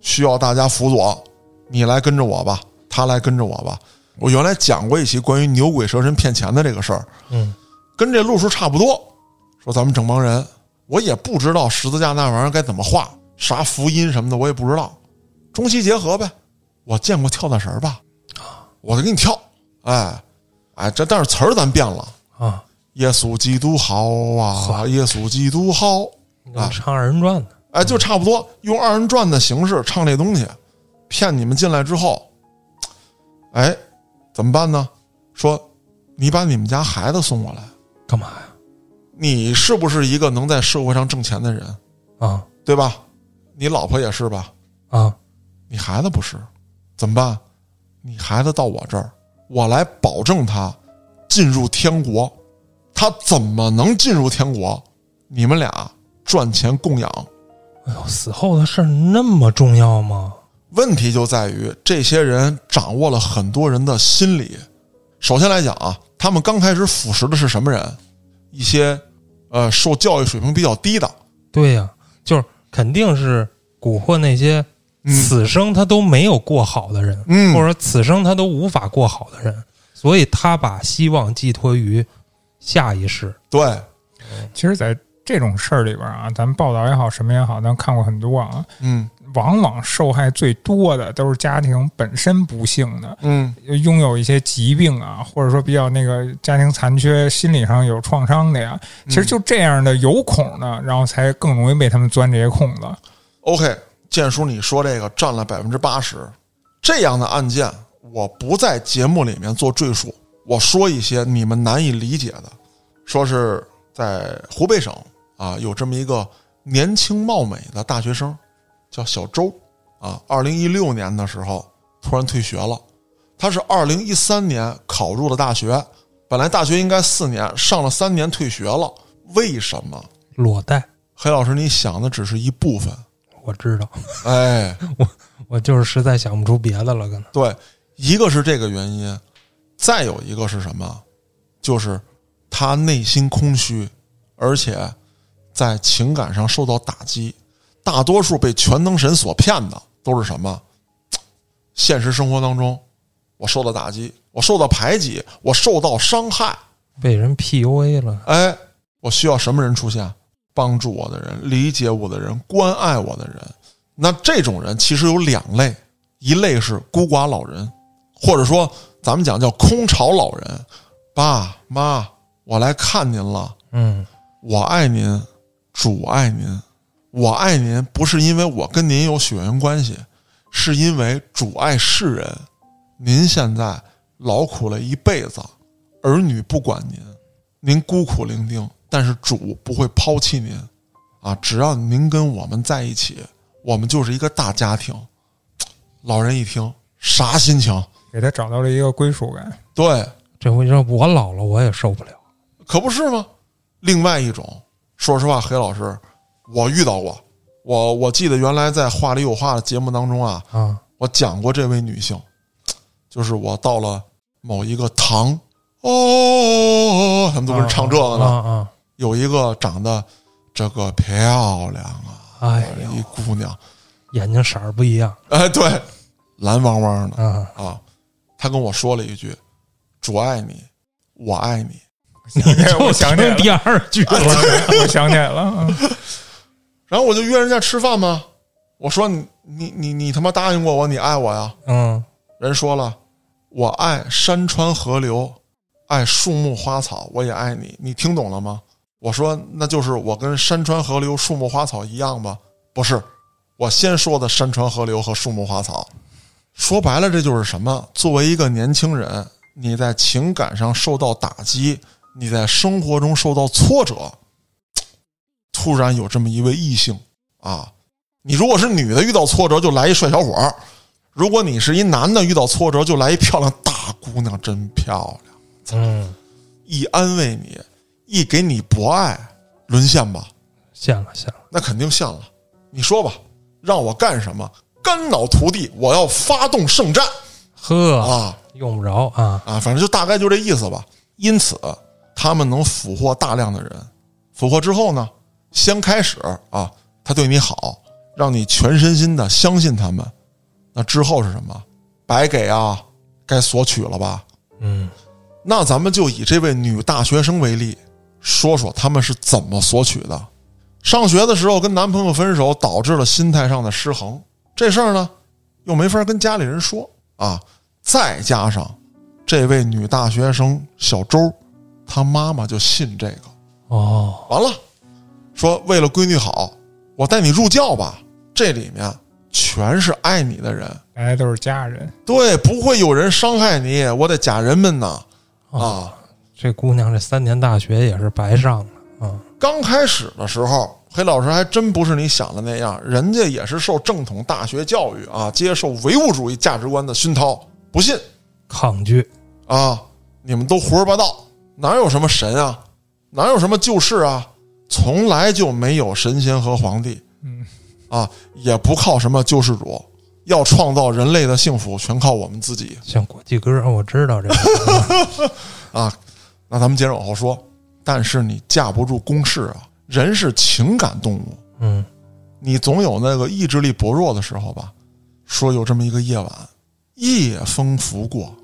A: 需要大家辅佐，你来跟着我吧，他来跟着我吧。我原来讲过一期关于牛鬼蛇神骗钱的这个事儿，
B: 嗯，
A: 跟这路数差不多。说咱们这帮人，我也不知道十字架那玩意儿该怎么画，啥福音什么的我也不知道，中西结合呗。我见过跳大神儿吧，我就给你跳，哎，哎，这但是词儿咱变了。
B: 啊，
A: 耶稣基督好啊，耶稣基督好，
B: 你怎么唱二人转呢？
A: 哎，就差不多用二人转的形式唱这东西，骗你们进来之后，哎，怎么办呢？说你把你们家孩子送过来，
B: 干嘛呀？
A: 你是不是一个能在社会上挣钱的人，
B: 啊
A: 对吧？你老婆也是吧？
B: 啊，
A: 你孩子不是，怎么办？你孩子到我这儿，我来保证他进入天国。他怎么能进入天国？你们俩赚钱供养。
B: 哎呦，死后的事儿那么重要吗？
A: 问题就在于这些人掌握了很多人的心理。首先来讲啊，他们刚开始腐蚀的是什么人？一些呃受教育水平比较低的，
B: 对呀、就是肯定是蛊惑那些
A: 嗯
B: 此生他都没有过好的人，
A: 嗯
B: 或者此生他都无法过好的人，所以他把希望寄托于下一世。
A: 对，
C: 其实，在这种事儿里边啊，咱们报道也好，什么也好，咱看过很多啊，
A: 嗯
C: 往往受害最多的都是家庭本身不幸的，
A: 嗯
C: 拥有一些疾病啊，或者说比较那个家庭残缺、心理上有创伤的呀。其实就这样的有孔的，然后才更容易被他们钻这些空子。
A: OK，建叔，你说这个占了百分之八十，这样的案件我不在节目里面做赘述，我说一些你们难以理解的，说是在湖北省啊，有这么一个年轻貌美的大学生，叫小周啊，二零一六年的时候突然退学了，他是二零一三年考入了大学，本来大学应该四年，上了三年退学了，为什么？
B: 裸贷，
A: 黑老师，你想的只是一部分，
B: 我知道，
A: 哎。
B: 我就是实在想不出别的了，可能。
A: 对，一个是这个原因，再有一个是什么？就是他内心空虚，而且在情感上受到打击。大多数被全能神所骗的都是什么？现实生活当中，我受到打击，我受到排挤，我受到伤害。
B: 被人 PUA 了，
A: 哎，我需要什么人出现？帮助我的人，理解我的人，关爱我的人。那这种人其实有两类，一类是孤寡老人，或者说咱们讲叫空巢老人。爸妈，我来看您了，
B: 嗯，
A: 我爱您，主爱您。我爱您不是因为我跟您有血缘关系，是因为主爱世人。您现在劳苦了一辈子，儿女不管您，您孤苦伶仃，但是主不会抛弃您啊！只要您跟我们在一起，我们就是一个大家庭。老人一听，啥心情？
C: 给他找到了一个归属感。
A: 对，
B: 这回说我老了我也受不了，
A: 可不是吗？另外一种，说实话，黑老师，我遇到过。我我记得原来在《话里有话》的节目当中啊，
B: 啊，
A: 我讲过这位女性，就是我到了某一个堂，哦，他们都跟唱这个
B: 啊
A: 呢。
B: 啊，
A: 有一个长得这个漂亮啊，
B: 哎呦，
A: 一姑娘，
B: 眼睛色儿不一样
A: 哎，对，蓝汪汪的
B: 啊，
A: 啊，她跟我说了一句：“主爱你，我爱你。”
C: 你这
B: 就
C: 我想起来
B: 听
C: 了，
B: 第二句了，
C: 我想起来了，嗯
A: 然后我就约人家吃饭嘛。我说你你你你他妈答应过我，你爱我呀？
B: 嗯，
A: 人说了，我爱山川河流，爱树木花草，我也爱你。你听懂了吗？我说那就是我跟山川河流、树木花草一样吧？不是，我先说的山川河流和树木花草。说白了，这就是什么？作为一个年轻人，你在情感上受到打击，你在生活中受到挫折，突然有这么一位异性啊，你如果是女的遇到挫折就来一帅小伙儿，如果你是一男的遇到挫折就来一漂亮大姑娘，真漂亮，
B: 嗯，
A: 一安慰你，一给你博爱，沦陷吧，
B: 陷了陷了，
A: 那肯定陷了。你说吧，让我干什么？肝脑涂地，我要发动圣战
B: 呵，
A: 啊！
B: 用不着啊，
A: 啊，反正就大概就这意思吧。因此，他们能俘获大量的人，俘获之后呢，先开始啊，他对你好，让你全身心的相信他们。那之后是什么？白给啊，该索取了吧？
B: 嗯，
A: 那咱们就以这位女大学生为例，说说他们是怎么索取的。上学的时候跟男朋友分手，导致了心态上的失衡，这事儿呢又没法跟家里人说啊。再加上这位女大学生小周，她妈妈就信这个，
B: 哦，
A: 完了，说为了闺女好，我带你入教吧。这里面全是爱你的人，
C: 大家都是家人，
A: 对，不会有人伤害你，我的家人们呐
B: 哦
A: 啊。
B: 这姑娘这三年大学也是白上了啊，
A: 刚开始的时候，黑老师还真不是你想的那样，人家也是受正统大学教育啊，接受唯物主义价值观的熏陶。不信
B: 抗拒，
A: 啊，你们都胡说八道，哪有什么神啊，哪有什么救世啊，从来就没有神仙和皇帝
C: 嗯，
A: 啊，也不靠什么救世主。要创造人类的幸福，全靠我们自己
B: 像国际歌，我知道这个，
A: 啊。那咱们接着往后说，但是你架不住公式啊，人是情感动物，
B: 嗯，
A: 你总有那个意志力薄弱的时候吧。说有这么一个夜晚，夜风拂过，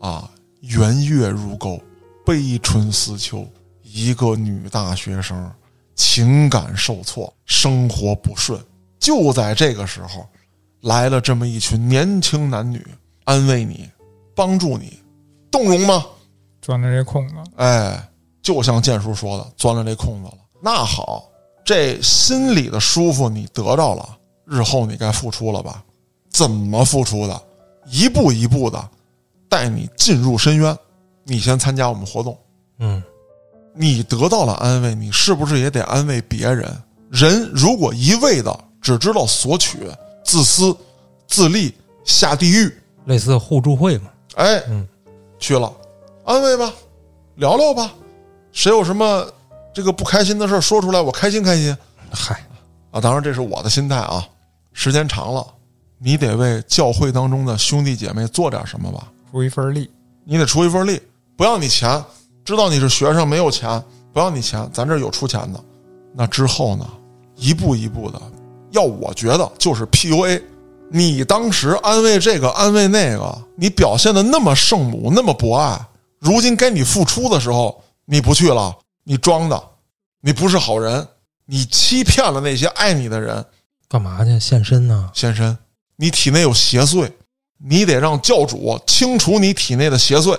A: 啊，圆月如钩，悲春思秋。一个女大学生情感受挫，生活不顺。就在这个时候，来了这么一群年轻男女，安慰你，帮助你，动容吗？
C: 钻了这空子，
A: 哎，就像建叔说的，钻了这空子了。那好，这心里的舒服你得到了，日后你该付出了吧？怎么付出的？一步一步的带你进入深渊。你先参加我们活动，
B: 嗯，
A: 你得到了安慰，你是不是也得安慰别人？人如果一味的只知道索取、自私、自利，下地狱，
B: 类似互助会嘛，
A: 哎，
B: 嗯
A: 去了，安慰吧，聊聊吧，谁有什么这个不开心的事儿说出来，我开心开心
B: 嗨，
A: 啊。当然，这是我的心态啊。时间长了，你得为教会当中的兄弟姐妹做点什么吧，
C: 出一份力，
A: 你得出一份力，不要你钱，知道你是学生没有钱，不要你钱，咱这儿有出钱的。那之后呢，一步一步的，要我觉得就是 PUA。你当时安慰这个安慰那个，你表现的那么圣母那么博爱，如今该你付出的时候，你不去了，你装的，你不是好人，你欺骗了那些爱你的人，
B: 干嘛去献身呢？
A: 先生，你体内有邪祟，你得让教主清除你体内的邪祟，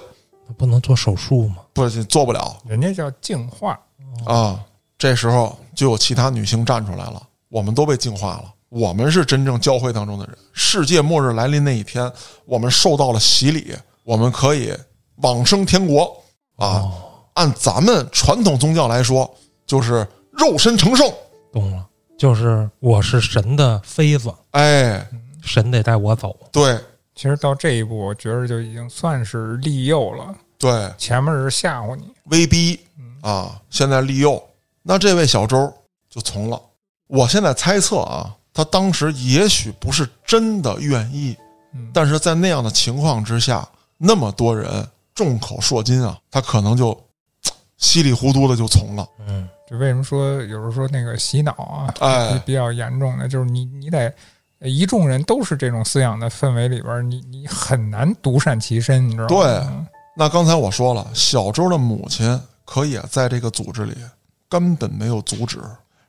B: 不能做手术吗？
A: 不是做不了，
C: 人家叫净化，
A: 啊，这时候就有其他女性站出来了，我们都被净化了，我们是真正教会当中的人。世界末日来临那一天，我们受到了洗礼，我们可以往生天国啊！
B: 哦，
A: 按咱们传统宗教来说，就是肉身成圣，
B: 懂了，就是我是神的妃子，
A: 哎，
B: 神得带我走，
A: 对
C: 其实到这一步，我觉着就已经算是利诱了。
A: 对，
C: 前面是吓唬你，
A: 威逼啊，现在利诱。那这位小周就从了。我现在猜测啊，他当时也许不是真的愿意，
C: 嗯，
A: 但是在那样的情况之下，那么多人众口铄金啊，他可能就嘖稀里糊涂的就从了。
B: 嗯，
C: 就为什么说有时候说那个洗脑啊，
A: 哎
C: 比较严重的，就是你你得一众人都是这种思想的氛围里边儿，你你很难独善其身，你知道吗？嗯
A: 那刚才我说了，小周的母亲可也在这个组织里根本没有阻止，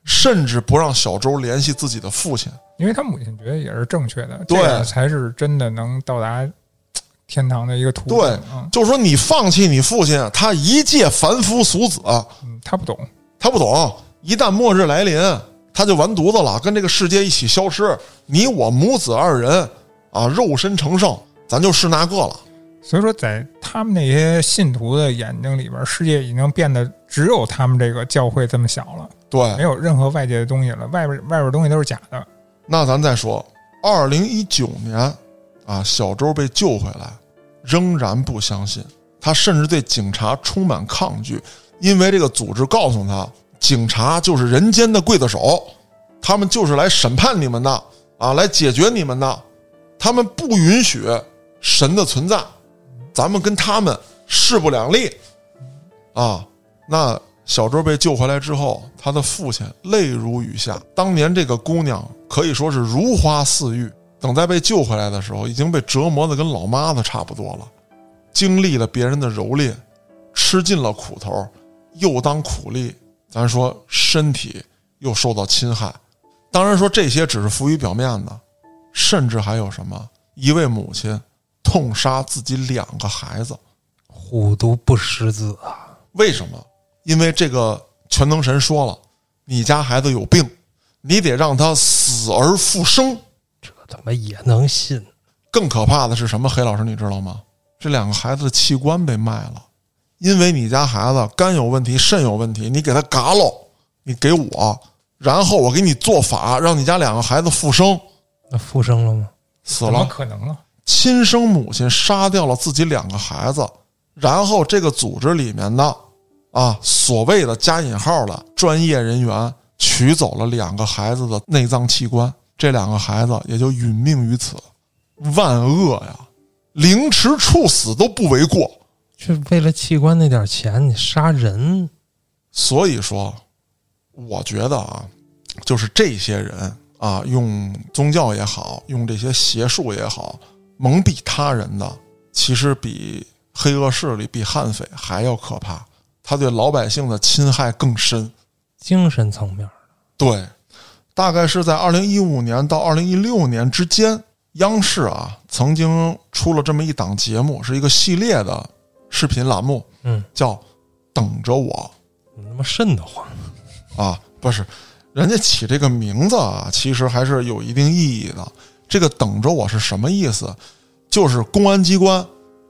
A: 甚至不让小周联系自己的父亲。
C: 对，因为他母亲觉得也是正确的，
A: 对
C: 这样才是真的能到达天堂的一个途径。
A: 对
C: 嗯
A: 就是说，你放弃你父亲，他一介凡夫俗子，
C: 嗯，他不懂，
A: 他不懂，一旦末日来临，他就完犊子了，跟这个世界一起消失。你我母子二人啊，肉身成圣，咱就是那个了。
C: 所以说在他们那些信徒的眼睛里边儿，世界已经变得只有他们这个教会这么小了。
A: 对
C: 没，有任何外界的东西了，外边外边东西都是假的。
A: 那咱再说，二零一九年啊，小周被救回来，仍然不相信，他甚至对警察充满抗拒，因为这个组织告诉他，警察就是人间的刽子手，他们就是来审判你们的啊，来解决你们的，他们不允许神的存在，咱们跟他们势不两立啊。那小周被救回来之后，他的父亲泪如雨下。当年这个姑娘可以说是如花似玉，等在被救回来的时候，已经被折磨的跟老妈子差不多了，经历了别人的蹂躏，吃尽了苦头，又当苦力，咱说身体又受到侵害。当然说这些只是浮于表面的，甚至还有什么一位母亲痛杀自己两个孩子，
B: 虎毒不食子啊！
A: 为什么？因为这个全能神说了，你家孩子有病，你得让他死而复生。
B: 这他妈也能信？
A: 更可怕的是什么？黑老师，你知道吗？这两个孩子的器官被卖了，因为你家孩子肝有问题、肾有问题，你给他嘎喽，你给我，然后我给你做法，让你家两个孩子复生，
B: 那复生了吗？
A: 死
C: 怎么
A: 了。
C: 可能啊？
A: 亲生母亲杀掉了自己两个孩子，然后这个组织里面的啊，所谓的加引号的专业人员取走了两个孩子的内脏器官，这两个孩子也就殒命于此，万恶呀！凌迟处死都不为过。
B: 就为了器官那点钱，你杀人？
A: 所以说，我觉得啊，就是这些人啊，用宗教也好，用这些邪术也好，蒙蔽他人的，其实比黑恶势力、比悍匪还要可怕。他对老百姓的侵害更深。
B: 精神层面，
A: 对，大概是在二零一五年到二零一六年之间，央视啊曾经出了这么一档节目，是一个系列的视频栏目，
B: 嗯，
A: 叫《等着我》。
B: 你他妈瘆得慌。
A: 啊，不是，人家起这个名字啊，其实还是有一定意义的。这个“等着我”是什么意思？就是公安机关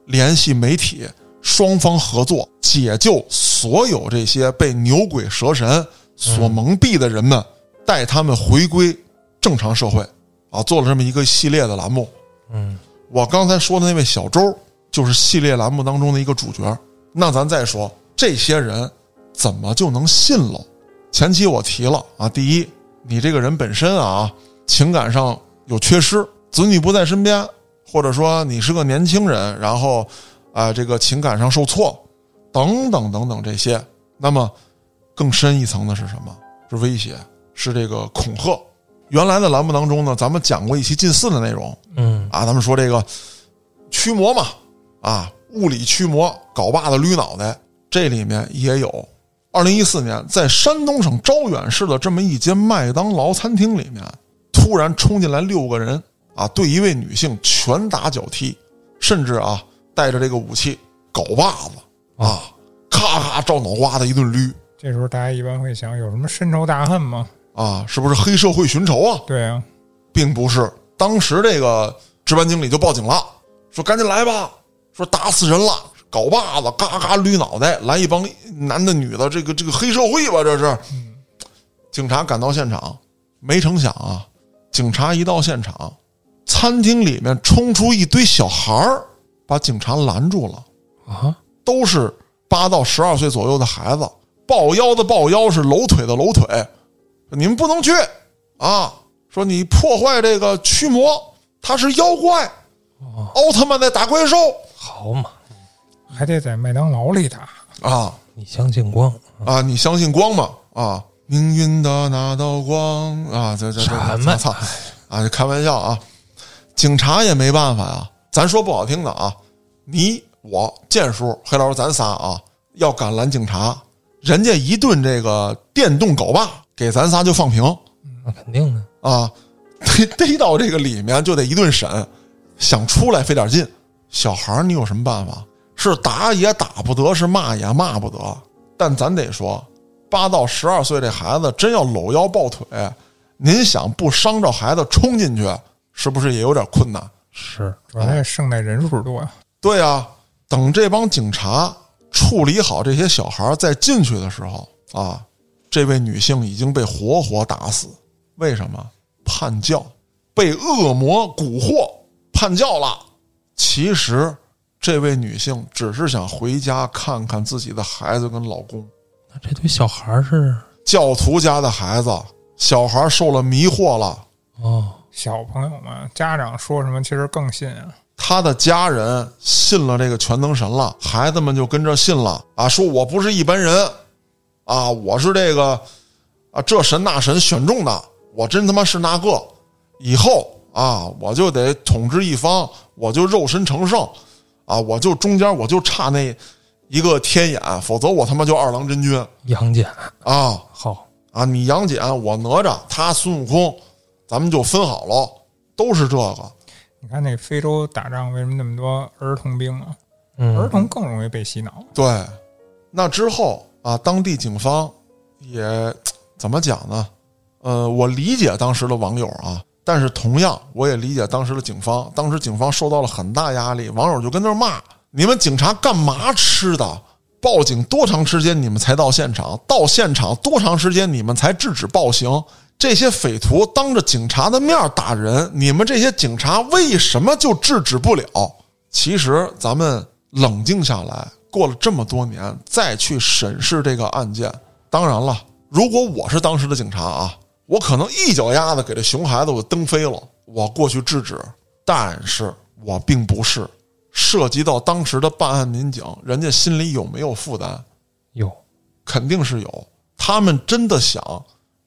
A: 联系媒体，双方合作解救所有这些被牛鬼蛇神所蒙蔽的人们，带他们回归正常社会啊，做了这么一个系列的栏目。
B: 嗯，
A: 我刚才说的那位小周，就是系列栏目当中的一个主角。那咱再说，这些人怎么就能信喽？前期我提了啊，第一，你这个人本身啊，情感上有缺失，子女不在身边，或者说你是个年轻人，然后啊、这个情感上受挫，等等等等这些。那么更深一层的是什么？是威胁，是这个恐吓。原来的栏目当中呢，咱们讲过一期近似的内容，
B: 嗯，
A: 啊，咱们说这个驱魔嘛，啊，物理驱魔，镐把子捋脑袋，这里面也有。二零一四年，在山东省招远市的这么一间麦当劳餐厅里面，突然冲进来六个人啊，对一位女性拳打脚踢，甚至啊带着这个武器镐把子啊，咔咔照脑瓜子一顿捋
C: 这时候大家一般会想，有什么深仇大恨吗？
A: 啊，是不是黑社会寻仇啊？
C: 对啊，
A: 并不是。当时这个值班经理就报警了，说赶紧来吧，说打死人了，镐把子嘎嘎捋脑袋，来一帮男的女的，这个这个黑社会吧，这是。警察赶到现场，没成想啊，警察一到现场，餐厅里面冲出一堆小孩儿，把警察拦住了。
B: 啊，
A: 都是八到十二岁左右的孩子，抱腰的抱腰，是搂腿的搂腿，说你们不能去啊！说你破坏这个驱魔，他是妖怪，
B: 哦
A: 奥特曼在打怪兽
B: 好嘛，
C: 还得在麦当劳里打。
A: 啊
B: 你相信光，
A: 啊！你相信光吗？啊，命运的那道光啊！这这这，
B: 什么
A: 操啊！开玩笑啊！警察也没办法啊。咱说不好听的啊，你我建叔、黑老师，咱仨啊，要敢拦警察，人家一顿这个电动镐把给咱仨就放平
B: 那肯定的。
A: 啊！ 逮逮到这个里面就得一顿审，想出来费点劲。小孩儿，你有什么办法？是打也打不得，是骂也骂不得。但咱得说，八到十二岁这孩子真要搂腰抱腿，您想不伤着孩子冲进去，是不是也有点困难？
B: 是，
C: 主要还是圣代人数多呀、
A: 对啊，等这帮警察处理好这些小孩儿再进去的时候啊，这位女性已经被活活打死。为什么？叛教，被恶魔蛊惑，叛教了。其实，这位女性只是想回家看看自己的孩子跟老公。
B: 那这对小孩儿是
A: 教徒家的孩子，小孩受了迷惑了，
B: 哦，
C: 小朋友们，家长说什么其实更信啊。
A: 他的家人信了这个全能神了，孩子们就跟着信了啊，说我不是一般人，啊，我是这个啊这神那神选中的，我真他妈是那个，以后啊我就得统治一方，啊我就肉身成圣，啊，我就中间我就差那一个天眼，否则我他妈就二郎真君
B: 杨戬
A: 啊。
B: 好，
A: 啊，你杨戬，我哪吒，他孙悟空，咱们就分好喽，都是这个。
C: 你看那非洲打仗为什么那么多儿童兵啊？
B: 嗯，
C: 儿童更容易被洗脑。
A: 对，那之后啊，当地警方也怎么讲呢？呃，我理解当时的网友啊，但是同样我也理解当时的警方。当时警方受到了很大压力，网友就跟那儿骂：“你们警察干嘛吃的？报警多长时间你们才到现场？到现场多长时间你们才制止暴行？这些匪徒当着警察的面儿打人，你们这些警察为什么就制止不了？”其实咱们冷静下来，过了这么多年，再去审视这个案件，当然了，如果我是当时的警察啊，我可能一脚丫子给这熊孩子我蹬飞了，我过去制止，但是我并不是。涉及到当时的办案民警，人家心里有没有负担？
B: 有
A: 肯定是有。他们真的想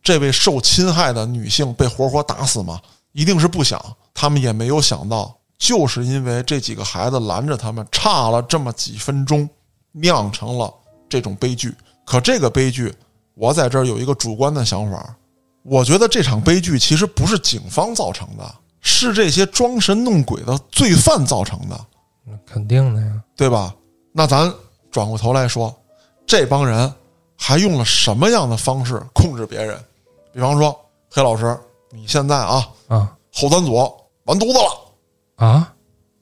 A: 这位受侵害的女性被活活打死吗？一定是不想。他们也没有想到，就是因为这几个孩子拦着他们，差了这么几分钟，酿成了这种悲剧。可这个悲剧，我在这儿有一个主观的想法，我觉得这场悲剧其实不是警方造成的，是这些装神弄鬼的罪犯造成的。
B: 那肯定的呀，
A: 对吧？那咱转过头来说，这帮人还用了什么样的方式控制别人？比方说，黑老师，你现在啊，
B: 啊
A: 后端组完犊子了，
B: 啊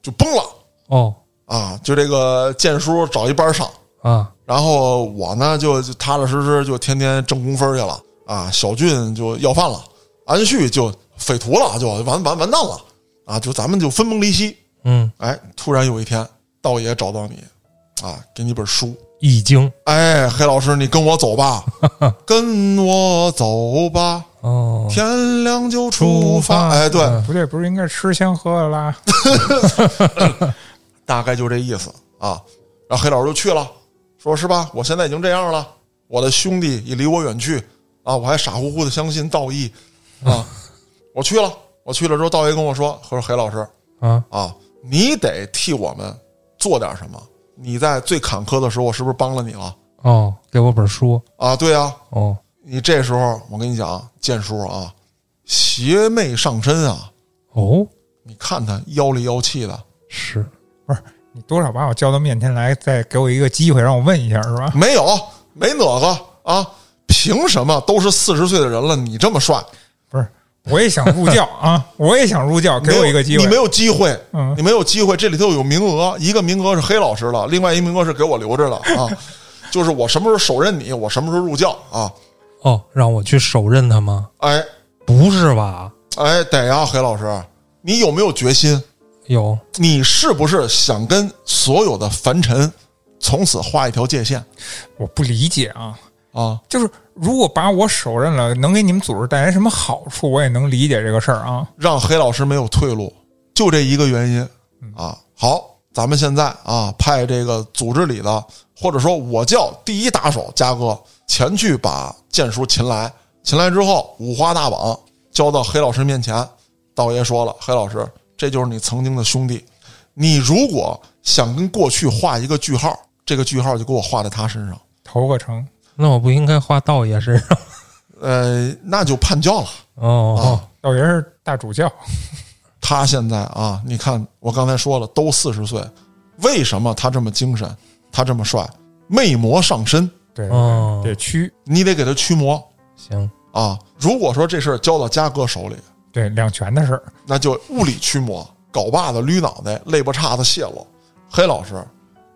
A: 就崩了
B: 哦
A: 啊！就这个剑叔找一班上，
B: 啊
A: 然后我呢就就踏踏实实就天天挣工分去了啊。小俊就要饭了，安旭就匪徒了，就完完完蛋了啊！就咱们就分崩离析。
B: 嗯，
A: 哎，突然有一天，道爷找到你，啊，给你本书，
B: 易经
A: 哎，黑老师，你跟我走 吧，跟我走吧，
B: 哦，
A: 天亮就出发。
B: 出发
A: 哎，对，
B: 嗯
C: 不对，不是应该吃香喝辣？
A: 大概就这意思啊。然后黑老师就去了，说是吧？我现在已经这样了，我的兄弟也离我远去啊，我还傻乎乎的相信道义啊。 我去了，我去了之后，道爷跟我说，他说黑老师
B: 啊
A: 啊，你得替我们做点什么。你在最坎坷的时候，我是不是帮了你了？
B: 哦，给我本书
A: 啊，对啊，
B: 哦，
A: 你这时候，我跟你讲，剑叔啊，邪魅上身啊！
B: 哦
A: 你看他妖里妖气的，
B: 是
C: 你多少把我叫到面前来，再给我一个机会，让我问一下，是吧？
A: 没有没哪个啊？凭什么都是四十岁的人了，你这么帅？
C: 不是，我也想入教啊，我也想入教，给我一个机
A: 没有
C: 会
A: 你没。有机会，
C: 嗯
A: 你没有机会。这里头有名额，一个名额是黑老师的，另外一个名额是给我留着的啊。 就是我什么时候手刃你，我什么时候入教啊？
B: 哦，让我去手刃他吗？
A: 哎
B: 不是吧？
A: 哎，得呀，黑老师，你有没有决心？
B: 有
A: 你是不是想跟所有的凡尘从此画一条界限
C: 我不理解啊，
A: 啊？
C: 就是如果把我手刃了，能给你们组织带来什么好处，我也能理解这个事儿啊。
A: 让黑老师没有退路，就这一个原因啊。好，咱们现在啊，派这个组织里的，或者说我叫第一打手嘉哥前去把剑叔擒来。擒来之后，五花大绑交到黑老师面前。道爷说了，黑老师，这就是你曾经的兄弟。你如果想跟过去画一个句号，这个句号就给我画在他身上。
C: 头个成，
B: 那我不应该画道爷身上
A: 呃，那就叛教了。
B: 哦
C: 道爷是大主教，
A: 他现在啊，你看我刚才说了，都四十岁，为什么他这么精神，他这么帅，魅魔上身，
C: 对，
B: 哦
C: 得驱，
A: 你得给他驱魔
B: 行
A: 啊！如果说这事儿交到嘉哥手里，
C: 对两全的事儿。
A: 那就物理驱魔，镐把子捋脑袋，肋巴叉子卸了。黑老师，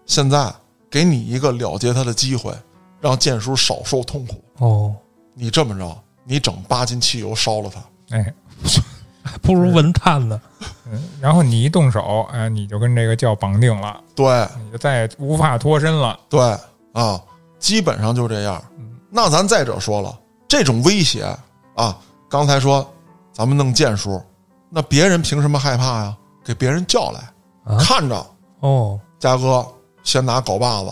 A: 现在给你一个了结他的机会，让剑叔少受痛苦。
B: 哦，
A: 你这么着，你整八斤汽油烧了它，
C: 哎，
B: 还不如文探呢。
C: 嗯，然后你一动手，哎，你就跟这个教绑定了，
A: 对
C: 你就再也无法脱身了。
A: 对啊，基本上就这样。那咱再者说了，这种威胁啊，刚才说咱们弄剑术，那别人凭什么害怕呀？给别人叫来，
B: 啊
A: 看着
B: 哦，
A: 嘉哥先拿镐把子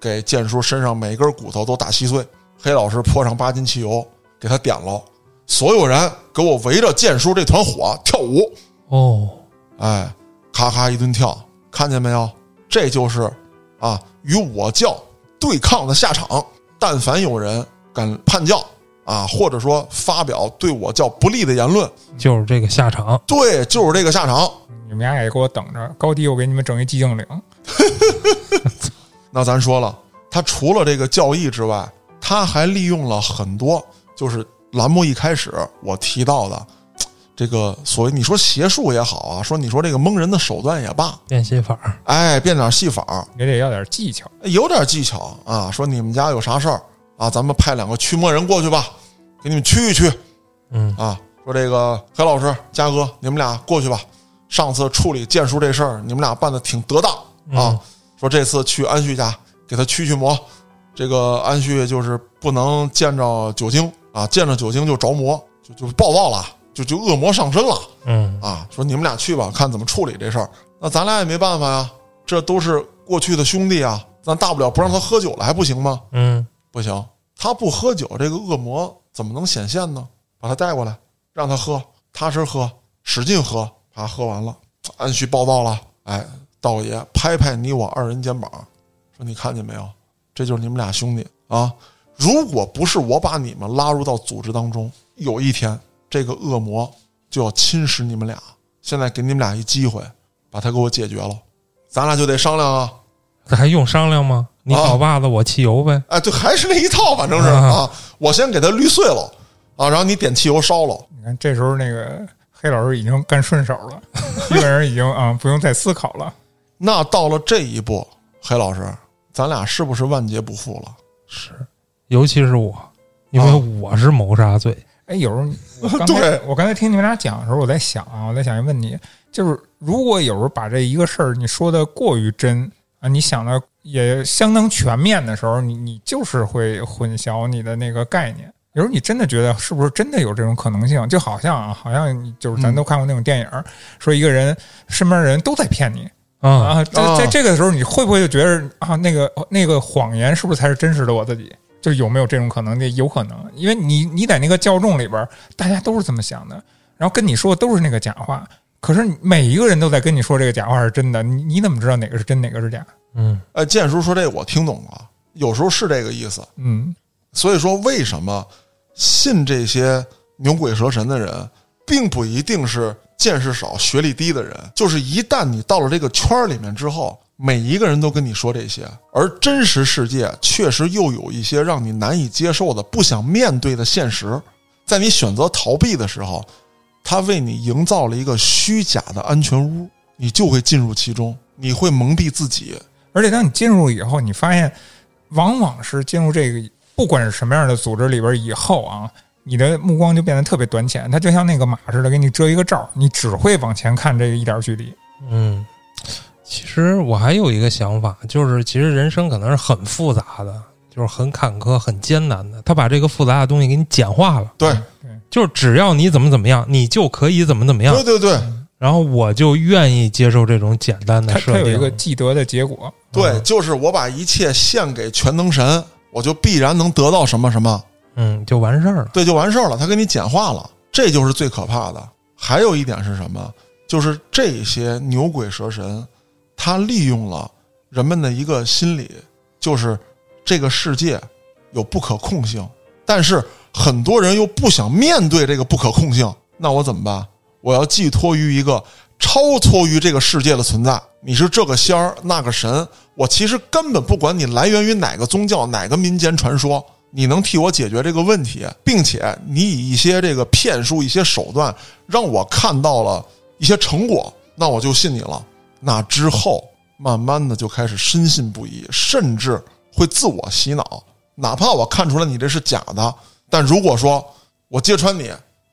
A: 给剑叔身上每根骨头都打稀碎，黑老师泼上八斤汽油给他点了，所有人给我围着剑叔这团火跳舞，
B: 哦，
A: 哎，咔咔一顿跳，看见没有？这就是啊，与我教对抗的下场。但凡有人敢叛教啊，或者说发表对我教不利的言论，
B: 就是这个下场。
A: 对，就是这个下场。
C: 你们俩也给我等着，高低我给你们整一寂静岭。
A: 那咱说了，他除了这个教义之外，他还利用了很多，就是栏目一开始我提到的，这个所谓你说邪术也好啊，说你说这个蒙人的手段也罢，
B: 练习法儿
A: 哎，变点戏法儿，
C: 也得要点技巧。
A: 有点技巧啊。说你们家有啥事儿啊，咱们派两个驱魔人过去吧，给你们驱一驱
B: 嗯，
A: 啊。说这个黑老师、嘉哥，你们俩过去吧。上次处理剑术这事儿，你们俩办的挺得当啊。
B: 嗯
A: 说这次去安旭家给他驱驱魔，这个安旭就是不能见着酒精啊，见着酒精就着魔，就就暴躁了，就就恶魔上身了。
B: 嗯，
A: 啊，说你们俩去吧，看怎么处理这事儿。那咱俩也没办法呀，这都是过去的兄弟啊，咱大不了不让他喝酒了，还不行吗？
B: 嗯，
A: 不行，他不喝酒，这个恶魔怎么能显现呢？把他带过来，让他喝，踏实喝，使劲喝，他喝完了，按需报道了。哎，道爷拍拍你我二人肩膀，说：“你看见没有？这就是你们俩兄弟啊！如果不是我把你们拉入到组织当中，有一天这个恶魔就要侵蚀你们俩。现在给你们俩一机会，把他给我解决了，咱俩就得商量啊！
B: 这还用商量吗？你
A: 啊
B: 搞把子，我汽油呗。
A: 哎，对，还是那一套，反正是
B: 啊
A: 啊，我先给它滤碎了啊，然后你点汽油烧了，
C: 你看这时候那个黑老师已经干顺手了， 基本上已经啊、不用再思考了。
A: 那到了这一步，黑老师，咱俩是不是万劫不复了？
B: 是，尤其是我，因为
A: 啊
B: 我是谋杀罪。
C: 哎，有时候我刚才
A: 对
C: 我刚才听你们俩讲的时候，我在想啊，我在想问你，就是如果有时候把这一个事儿你说的过于真啊，你想的也相当全面的时候，你你就是会混淆你的那个概念。有时候你真的觉得是不是真的有这种可能性？就好像啊，好像你就是咱
A: 嗯
C: 都看过那种电影儿，说一个人身边人都在骗你，
B: 啊，
C: 啊，在
A: 啊
C: 在这个时候，你会不会就觉得啊，那个那个谎言是不是才是真实的我自己？就有没有这种可能？那有可能，因为你你在那个教众里边儿，大家都是这么想的，然后跟你说的都是那个假话，可是你每一个人都在跟你说这个假话是真的，你你怎么知道哪个是真，哪个是假？
B: 嗯
A: 哎，剑叔说这个我听懂了，有时候是这个意思。
C: 嗯，
A: 所以说，为什么信这些牛鬼蛇神的人，并不一定是见识少、学历低的人，就是一旦你到了这个圈儿里面之后，每一个人都跟你说这些，而真实世界确实又有一些让你难以接受的、不想面对的现实，在你选择逃避的时候，他为你营造了一个虚假的安全屋，你就会进入其中，你会蒙蔽自己。
C: 而且当你进入以后，你发现往往是进入这个不管是什么样的组织里边以后啊，你的目光就变得特别短浅，它就像那个马似的，给你遮一个罩儿，你只会往前看这一点儿距离。
B: 嗯，其实我还有一个想法，就是其实人生可能是很复杂的，就是很坎坷、很艰难的。他把这个复杂的东西给你简化了，
A: 对，
B: 就是只要你怎么怎么样，你就可以怎么怎么样
A: 对。对对。
B: 然后我就愿意接受这种简单的
C: 它
B: 设
C: 它有
B: 定。
C: 一个既得的结果，
A: 对，
B: 嗯
A: 就是我把一切献给全能神，我就必然能得到什么什么，
B: 嗯，就完事儿了。
A: 对，就完事儿了。他给你简化了，这就是最可怕的。还有一点是什么？就是这些牛鬼蛇神，他利用了人们的一个心理，就是这个世界有不可控性，但是很多人又不想面对这个不可控性，那我怎么办？我要寄托于一个超脱于这个世界的存在。你是这个仙儿，那个神，我其实根本不管你来源于哪个宗教、哪个民间传说，你能替我解决这个问题，并且你以一些这个骗术、一些手段，让我看到了一些成果，那我就信你了。那之后，慢慢的就开始深信不疑，甚至会自我洗脑。哪怕我看出来你这是假的，但如果说我揭穿你，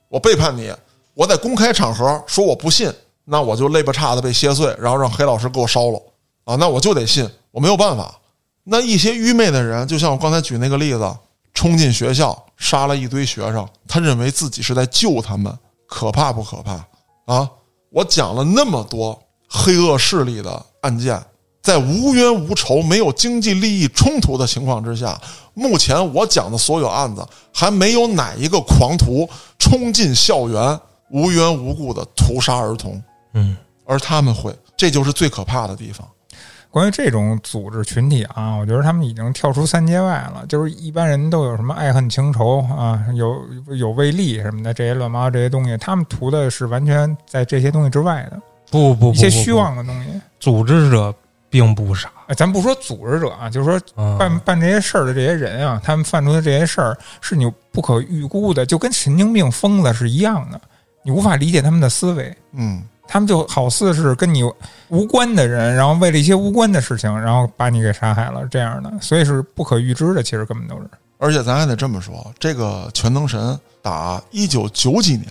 A: 我背叛你，我在公开场合说我不信，那我就肋巴叉子被切碎，然后让黑老师给我烧了啊！那我就得信，我没有办法。那一些愚昧的人，就像我刚才举那个例子，冲进学校杀了一堆学生，他认为自己是在救他们，可怕不可怕啊？我讲了那么多黑恶势力的案件，在无冤无仇、没有经济利益冲突的情况之下，目前我讲的所有案子，还没有哪一个狂徒冲进校园无缘无故的屠杀儿童，
B: 嗯，
A: 而他们会，这就是最可怕的地方。
C: 关于这种组织群体啊，我觉得他们已经跳出三界外了。就是一般人都有什么爱恨情仇啊，有有为利什么的这些乱七八糟这些东西，他们图的是完全在这些东西之外的
B: 不不不，
C: 一些
B: 不
C: 虚。妄的东西。
B: 不组织者并不傻，
C: 哎咱不说组织者啊，就是说
B: 嗯、
C: 办办这些事儿的这些人啊，他们犯出的这些事儿是你不可预估的，就跟神经病、疯子是一样的，你无法理解他们的思维。
A: 嗯，
C: 他们就好似是跟你无关的人，然后为了一些无关的事情，然后把你给杀害了，这样的，所以是不可预知的。其实根本都是，
A: 而且咱还得这么说，这个全能神打一九九几年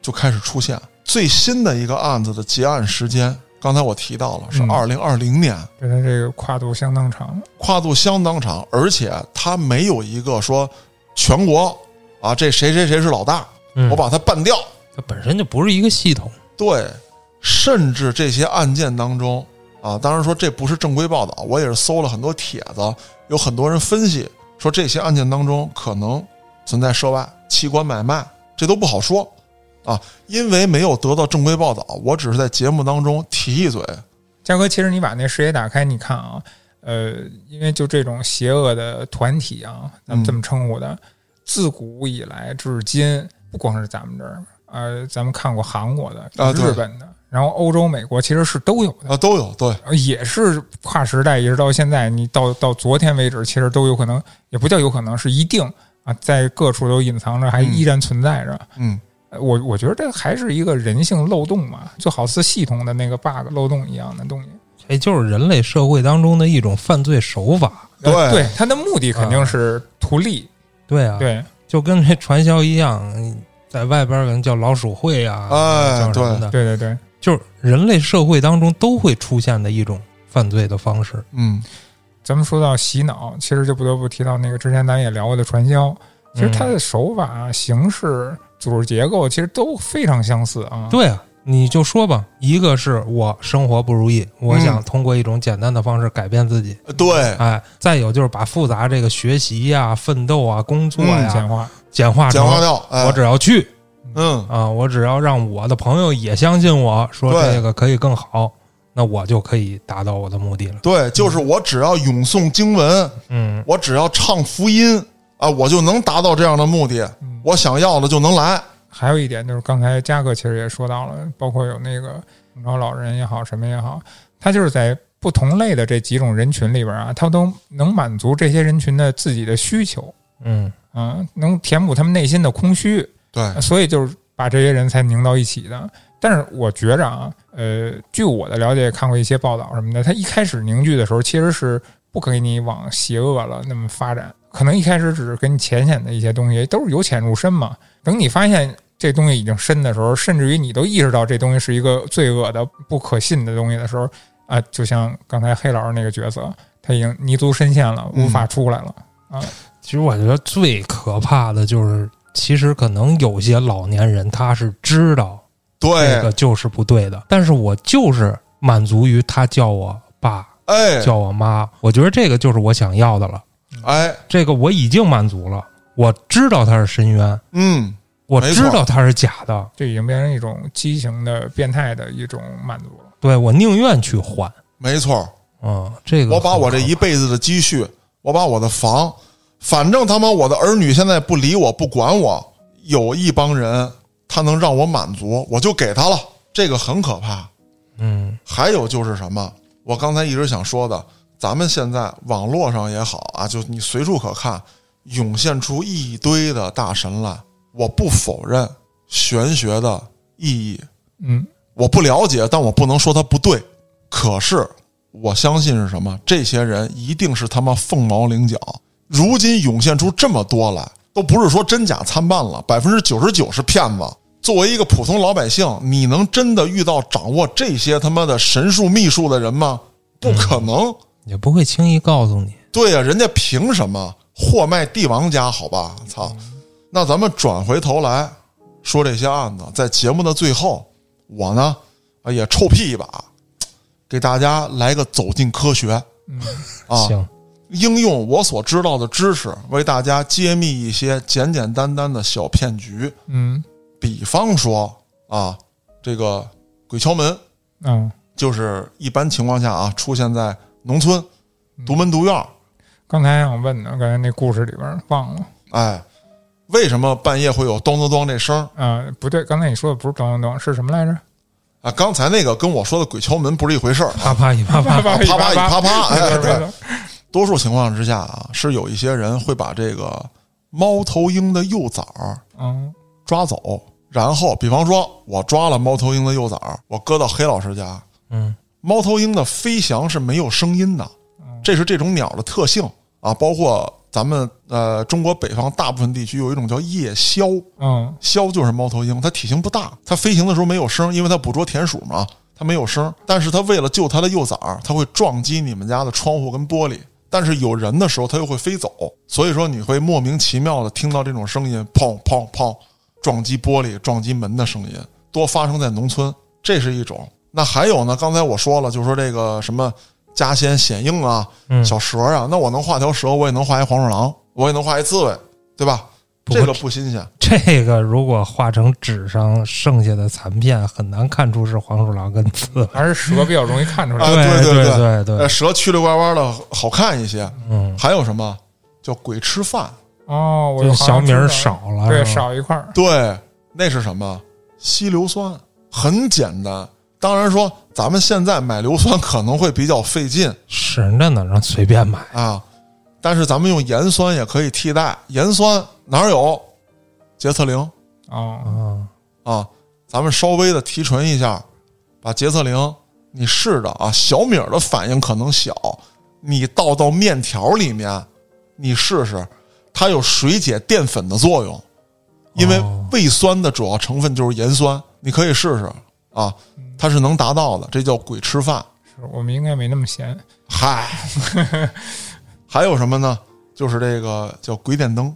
A: 就开始出现，最新的一个案子的结案时间，刚才我提到了是
C: 嗯
A: 二零二零年，
C: 对他这个跨度相当长。
A: 跨度相当长，而且他没有一个说全国啊，这谁谁谁是老大，
B: 嗯
A: 我把他办掉。
B: 它本身就不是一个系统，
A: 对，甚至这些案件当中啊，当然说这不是正规报道，我也是搜了很多帖子，有很多人分析说这些案件当中可能存在涉外、器官买卖，这都不好说啊，因为没有得到正规报道，我只是在节目当中提一嘴。
C: 嘉哥，其实你把那视野打开，你看啊，呃，因为就这种邪恶的团体啊，咱们这么称呼的，自古以来至今，不光是咱们这儿，呃，咱们看过韩国的、
A: 啊对
C: 日本的，然后欧洲、美国其实是都有的。
A: 啊，都有对，
C: 呃也是跨时代，一直到现在，你到到昨天为止，其实都有可能，也不叫有可能，是一定啊，在各处都隐藏着，还
A: 嗯
C: 依然存在着。
A: 嗯，
C: 呃我我觉得这还是一个人性漏洞嘛，就好似系统的那个 bug 漏洞一样的东西。
B: 这哎就是人类社会当中的一种犯罪手法。
A: 对
C: 呃对，他的目的肯定是图利，
B: 对啊，，
C: 对，
B: 就跟这传销一样，你在外边儿可能叫老鼠会啊，
A: 哎
B: 叫什么的，
C: 对对对。
B: 就是人类社会当中都会出现的一种犯罪的方式。
A: 嗯，
C: 咱们说到洗脑，其实就不得不提到那个之前咱也聊过的传销，其实它的手法、形式、组织结构其实都非常相似啊。
B: 对啊，你就说吧，一个是我生活不如意，我
A: 嗯
B: 想通过一种简单的方式改变自己，
A: 呃对，
B: 哎，再有就是把复杂这个学习呀、奋斗啊、工作
C: 嗯，
B: 呀、
C: 简化，
B: 简化成
A: 简化掉，哎
B: 我只要去
A: 嗯，
B: 啊，我只要让我的朋友也相信我说
A: 对
B: 这个可以更好，那我就可以达到我的目的了。
A: 对，就是我只要咏诵经文，
B: 嗯，
A: 我只要唱福音啊，我就能达到这样的目的，
C: 嗯
A: 我想要的就能来。
C: 还有一点就是，刚才嘉哥其实也说到了，包括有那个红潮老人也好，什么也好，他就是在不同类的这几种人群里边啊，他都能满足这些人群的自己的需求，
B: 嗯，
C: 嗯，能填补他们内心的空虚，
A: 对，
B: 呃
C: 所以就是把这些人才拧到一起的。但是我觉着啊，呃，据我的了解，看过一些报道什么的，他一开始凝聚的时候，其实是不给你往邪恶了那么发展，可能一开始只是给你浅显的一些东西，都是由浅入深嘛。等你发现这东西已经深的时候，甚至于你都意识到这东西是一个罪恶的、不可信的东西的时候，啊、就像刚才黑老师那个角色，他已经泥足深陷了，无法出来了。
B: 其实我觉得最可怕的就是，其实可能有些老年人他是知道这
A: 对
B: 个，就是不对的，但是我就是满足于他叫我爸
A: 哎，
B: 叫我妈，我觉得这个就是我想要的了，
A: 哎，
B: 这个我已经满足了，我知道它是深渊，
A: 嗯，
B: 我
A: 没错
B: 知道它是假的，
C: 这已经变成一种畸形的、变态的一种满足了。
B: 对我宁愿去换。
A: 没错，
B: 嗯，这个
A: 我把我这一辈子的积蓄，我把我的房，反正他妈我的儿女现在不理我不管我，有一帮人他能让我满足，我就给他了，这个很可怕。
B: 嗯
A: 还有就是什么，我刚才一直想说的，咱们现在网络上也好啊，就你随处可看，涌现出一堆的大神来。我不否认玄学的意义，
C: 嗯，
A: 我不了解，但我不能说它不对。可是我相信是什么？这些人一定是他妈凤毛麟角。如今涌现出这么多来，都不是说真假参半了，百分之九十九是骗子。作为一个普通老百姓，你能真的遇到掌握这些他妈的神术秘术的人吗？不可能。
B: 也不会轻易告诉你。
A: 对呀、人家凭什么货卖帝王家？好吧，操！那咱们转回头来说这些案子，在节目的最后，我呢啊也臭屁一把，给大家来个走进科学，
C: 嗯
A: 啊，
B: 行，
A: 应用我所知道的知识，为大家揭秘一些简简单单的小骗局。
C: 嗯
A: 比方说啊，这个鬼敲门，
C: 嗯，
A: 就是一般情况下啊，出现在农村独门独院儿。
C: 刚才还想问呢，刚才那故事里边儿忘了
A: 哎，为什么半夜会有咚咚咚这声儿
C: 啊、不对，刚才你说的不是咚咚咚，是什么来着？
A: 啊？刚才那个跟我说的鬼敲门不是一回事儿，
B: 啪啪一啪啪，
A: 啊啪啪一啪啪。 哎，
C: 没
A: 对，
C: 错
A: 多数情况之下啊，是有一些人会把这个猫头鹰的幼崽儿
C: 嗯
A: 抓走，然后比方说我抓了猫头鹰的幼崽儿，我搁到黑老师家，
B: 嗯，
A: 猫头鹰的飞翔是没有声音的，这是这种鸟的特性啊。包括咱们呃中国北方大部分地区有一种叫夜枭，
C: 嗯
A: 枭就是猫头鹰，它体型不大，它飞行的时候没有声，因为它捕捉田鼠嘛，它没有声。但是它为了救它的幼崽儿，它会撞击你们家的窗户跟玻璃。但是有人的时候，它又会飞走，所以说你会莫名其妙的听到这种声音，砰砰砰，撞击玻璃、撞击门的声音，多发生在农村，这是一种。那还有呢，刚才我说了，就说这个什么家仙显应啊，
B: 嗯
A: 小蛇啊，那我能画条蛇，我也能画一黄鼠狼，我也能画一刺猬，对吧？
B: 不
A: 这
B: 过
A: 个不新鲜。
B: 这个如果画成纸上剩下的残片，很难看出是黄鼠狼跟刺猬。
C: 还是蛇比较容易看出来。
A: 啊，
B: 对
A: 对
B: 对对对
A: 呃，蛇曲里拐弯的好看一些。
B: 嗯，
A: 还有什么叫鬼吃饭？
C: 哦，我
B: 就是
C: 好像
B: 小米
C: 知道
B: 儿
C: 了，
B: 少了，
C: 对，
B: 是吧
C: 少一块儿。
A: 对，那是什么？稀硫酸，很简单。当然说，咱们现在买硫酸可能会比较费劲
B: 是那哪能随便买？
A: 啊，但是咱们用盐酸也可以替代。盐酸哪儿有？洁厕灵
C: 哦，
B: 嗯，
A: 啊，咱们稍微的提纯一下，把洁厕灵你试着啊，小米儿的反应可能小，你倒到面条里面，你试试，它有水解淀粉的作用，因为
B: 哦
A: 胃酸的主要成分就是盐酸，你可以试试啊，它是能达到的，这叫鬼吃饭。
C: 是我们应该没那么闲。
A: 嗨，还有什么呢？就是这个叫鬼点灯，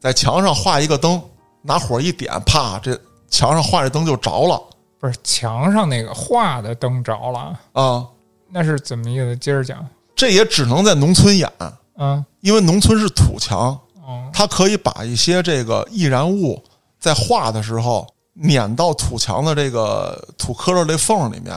A: 在墙上画一个灯，拿火一点，啪，这墙上画这灯就着了。
C: 不是墙上那个画的灯着了，
A: 啊，
C: 那是怎么意思？接着讲。
A: 这也只能在农村演，
C: 嗯
A: 因为农村是土墙，
C: 哦
A: 它可以把一些这个易燃物在化的时候碾到土墙的这个土磕头这缝里面，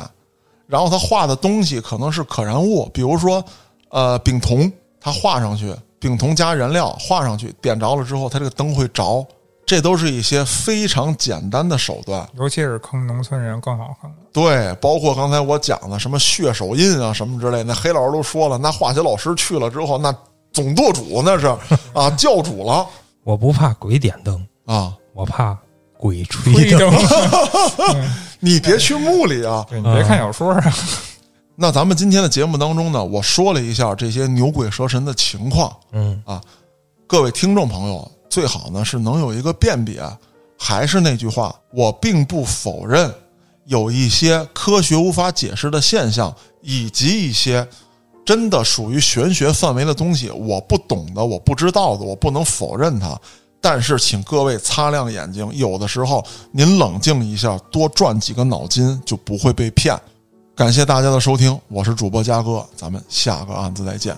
A: 然后它化的东西可能是可燃物，比如说呃丙酮，它化上去，丙酮加燃料化上去，点着了之后，它这个灯会着。这都是一些非常简单的手段，
C: 尤其是坑农村人更好坑了。
A: 对，包括刚才我讲的什么血手印啊，什么之类的，那黑老师都说了，那化学老师去了之后，那总舵主那是啊，教主了
B: 我不怕鬼点灯，
A: 啊！
B: 我怕鬼吹
C: 推
B: 灯。
C: 灯，
A: 你别去墓里啊！
C: 对啊你别看小说啊，
A: 那咱们今天的节目当中呢，我说了一下这些牛鬼蛇神的情况，
B: 嗯，
A: 各位听众朋友最好呢是能有一个辨别。还是那句话，我并不否认有一些科学无法解释的现象，以及一些真的属于玄学范围的东西，我不懂的、我不知道的，我不能否认它。但是，请各位擦亮眼睛，有的时候您冷静一下，多转几个脑筋，就不会被骗。感谢大家的收听，我是主播嘉哥，咱们下个案子再见。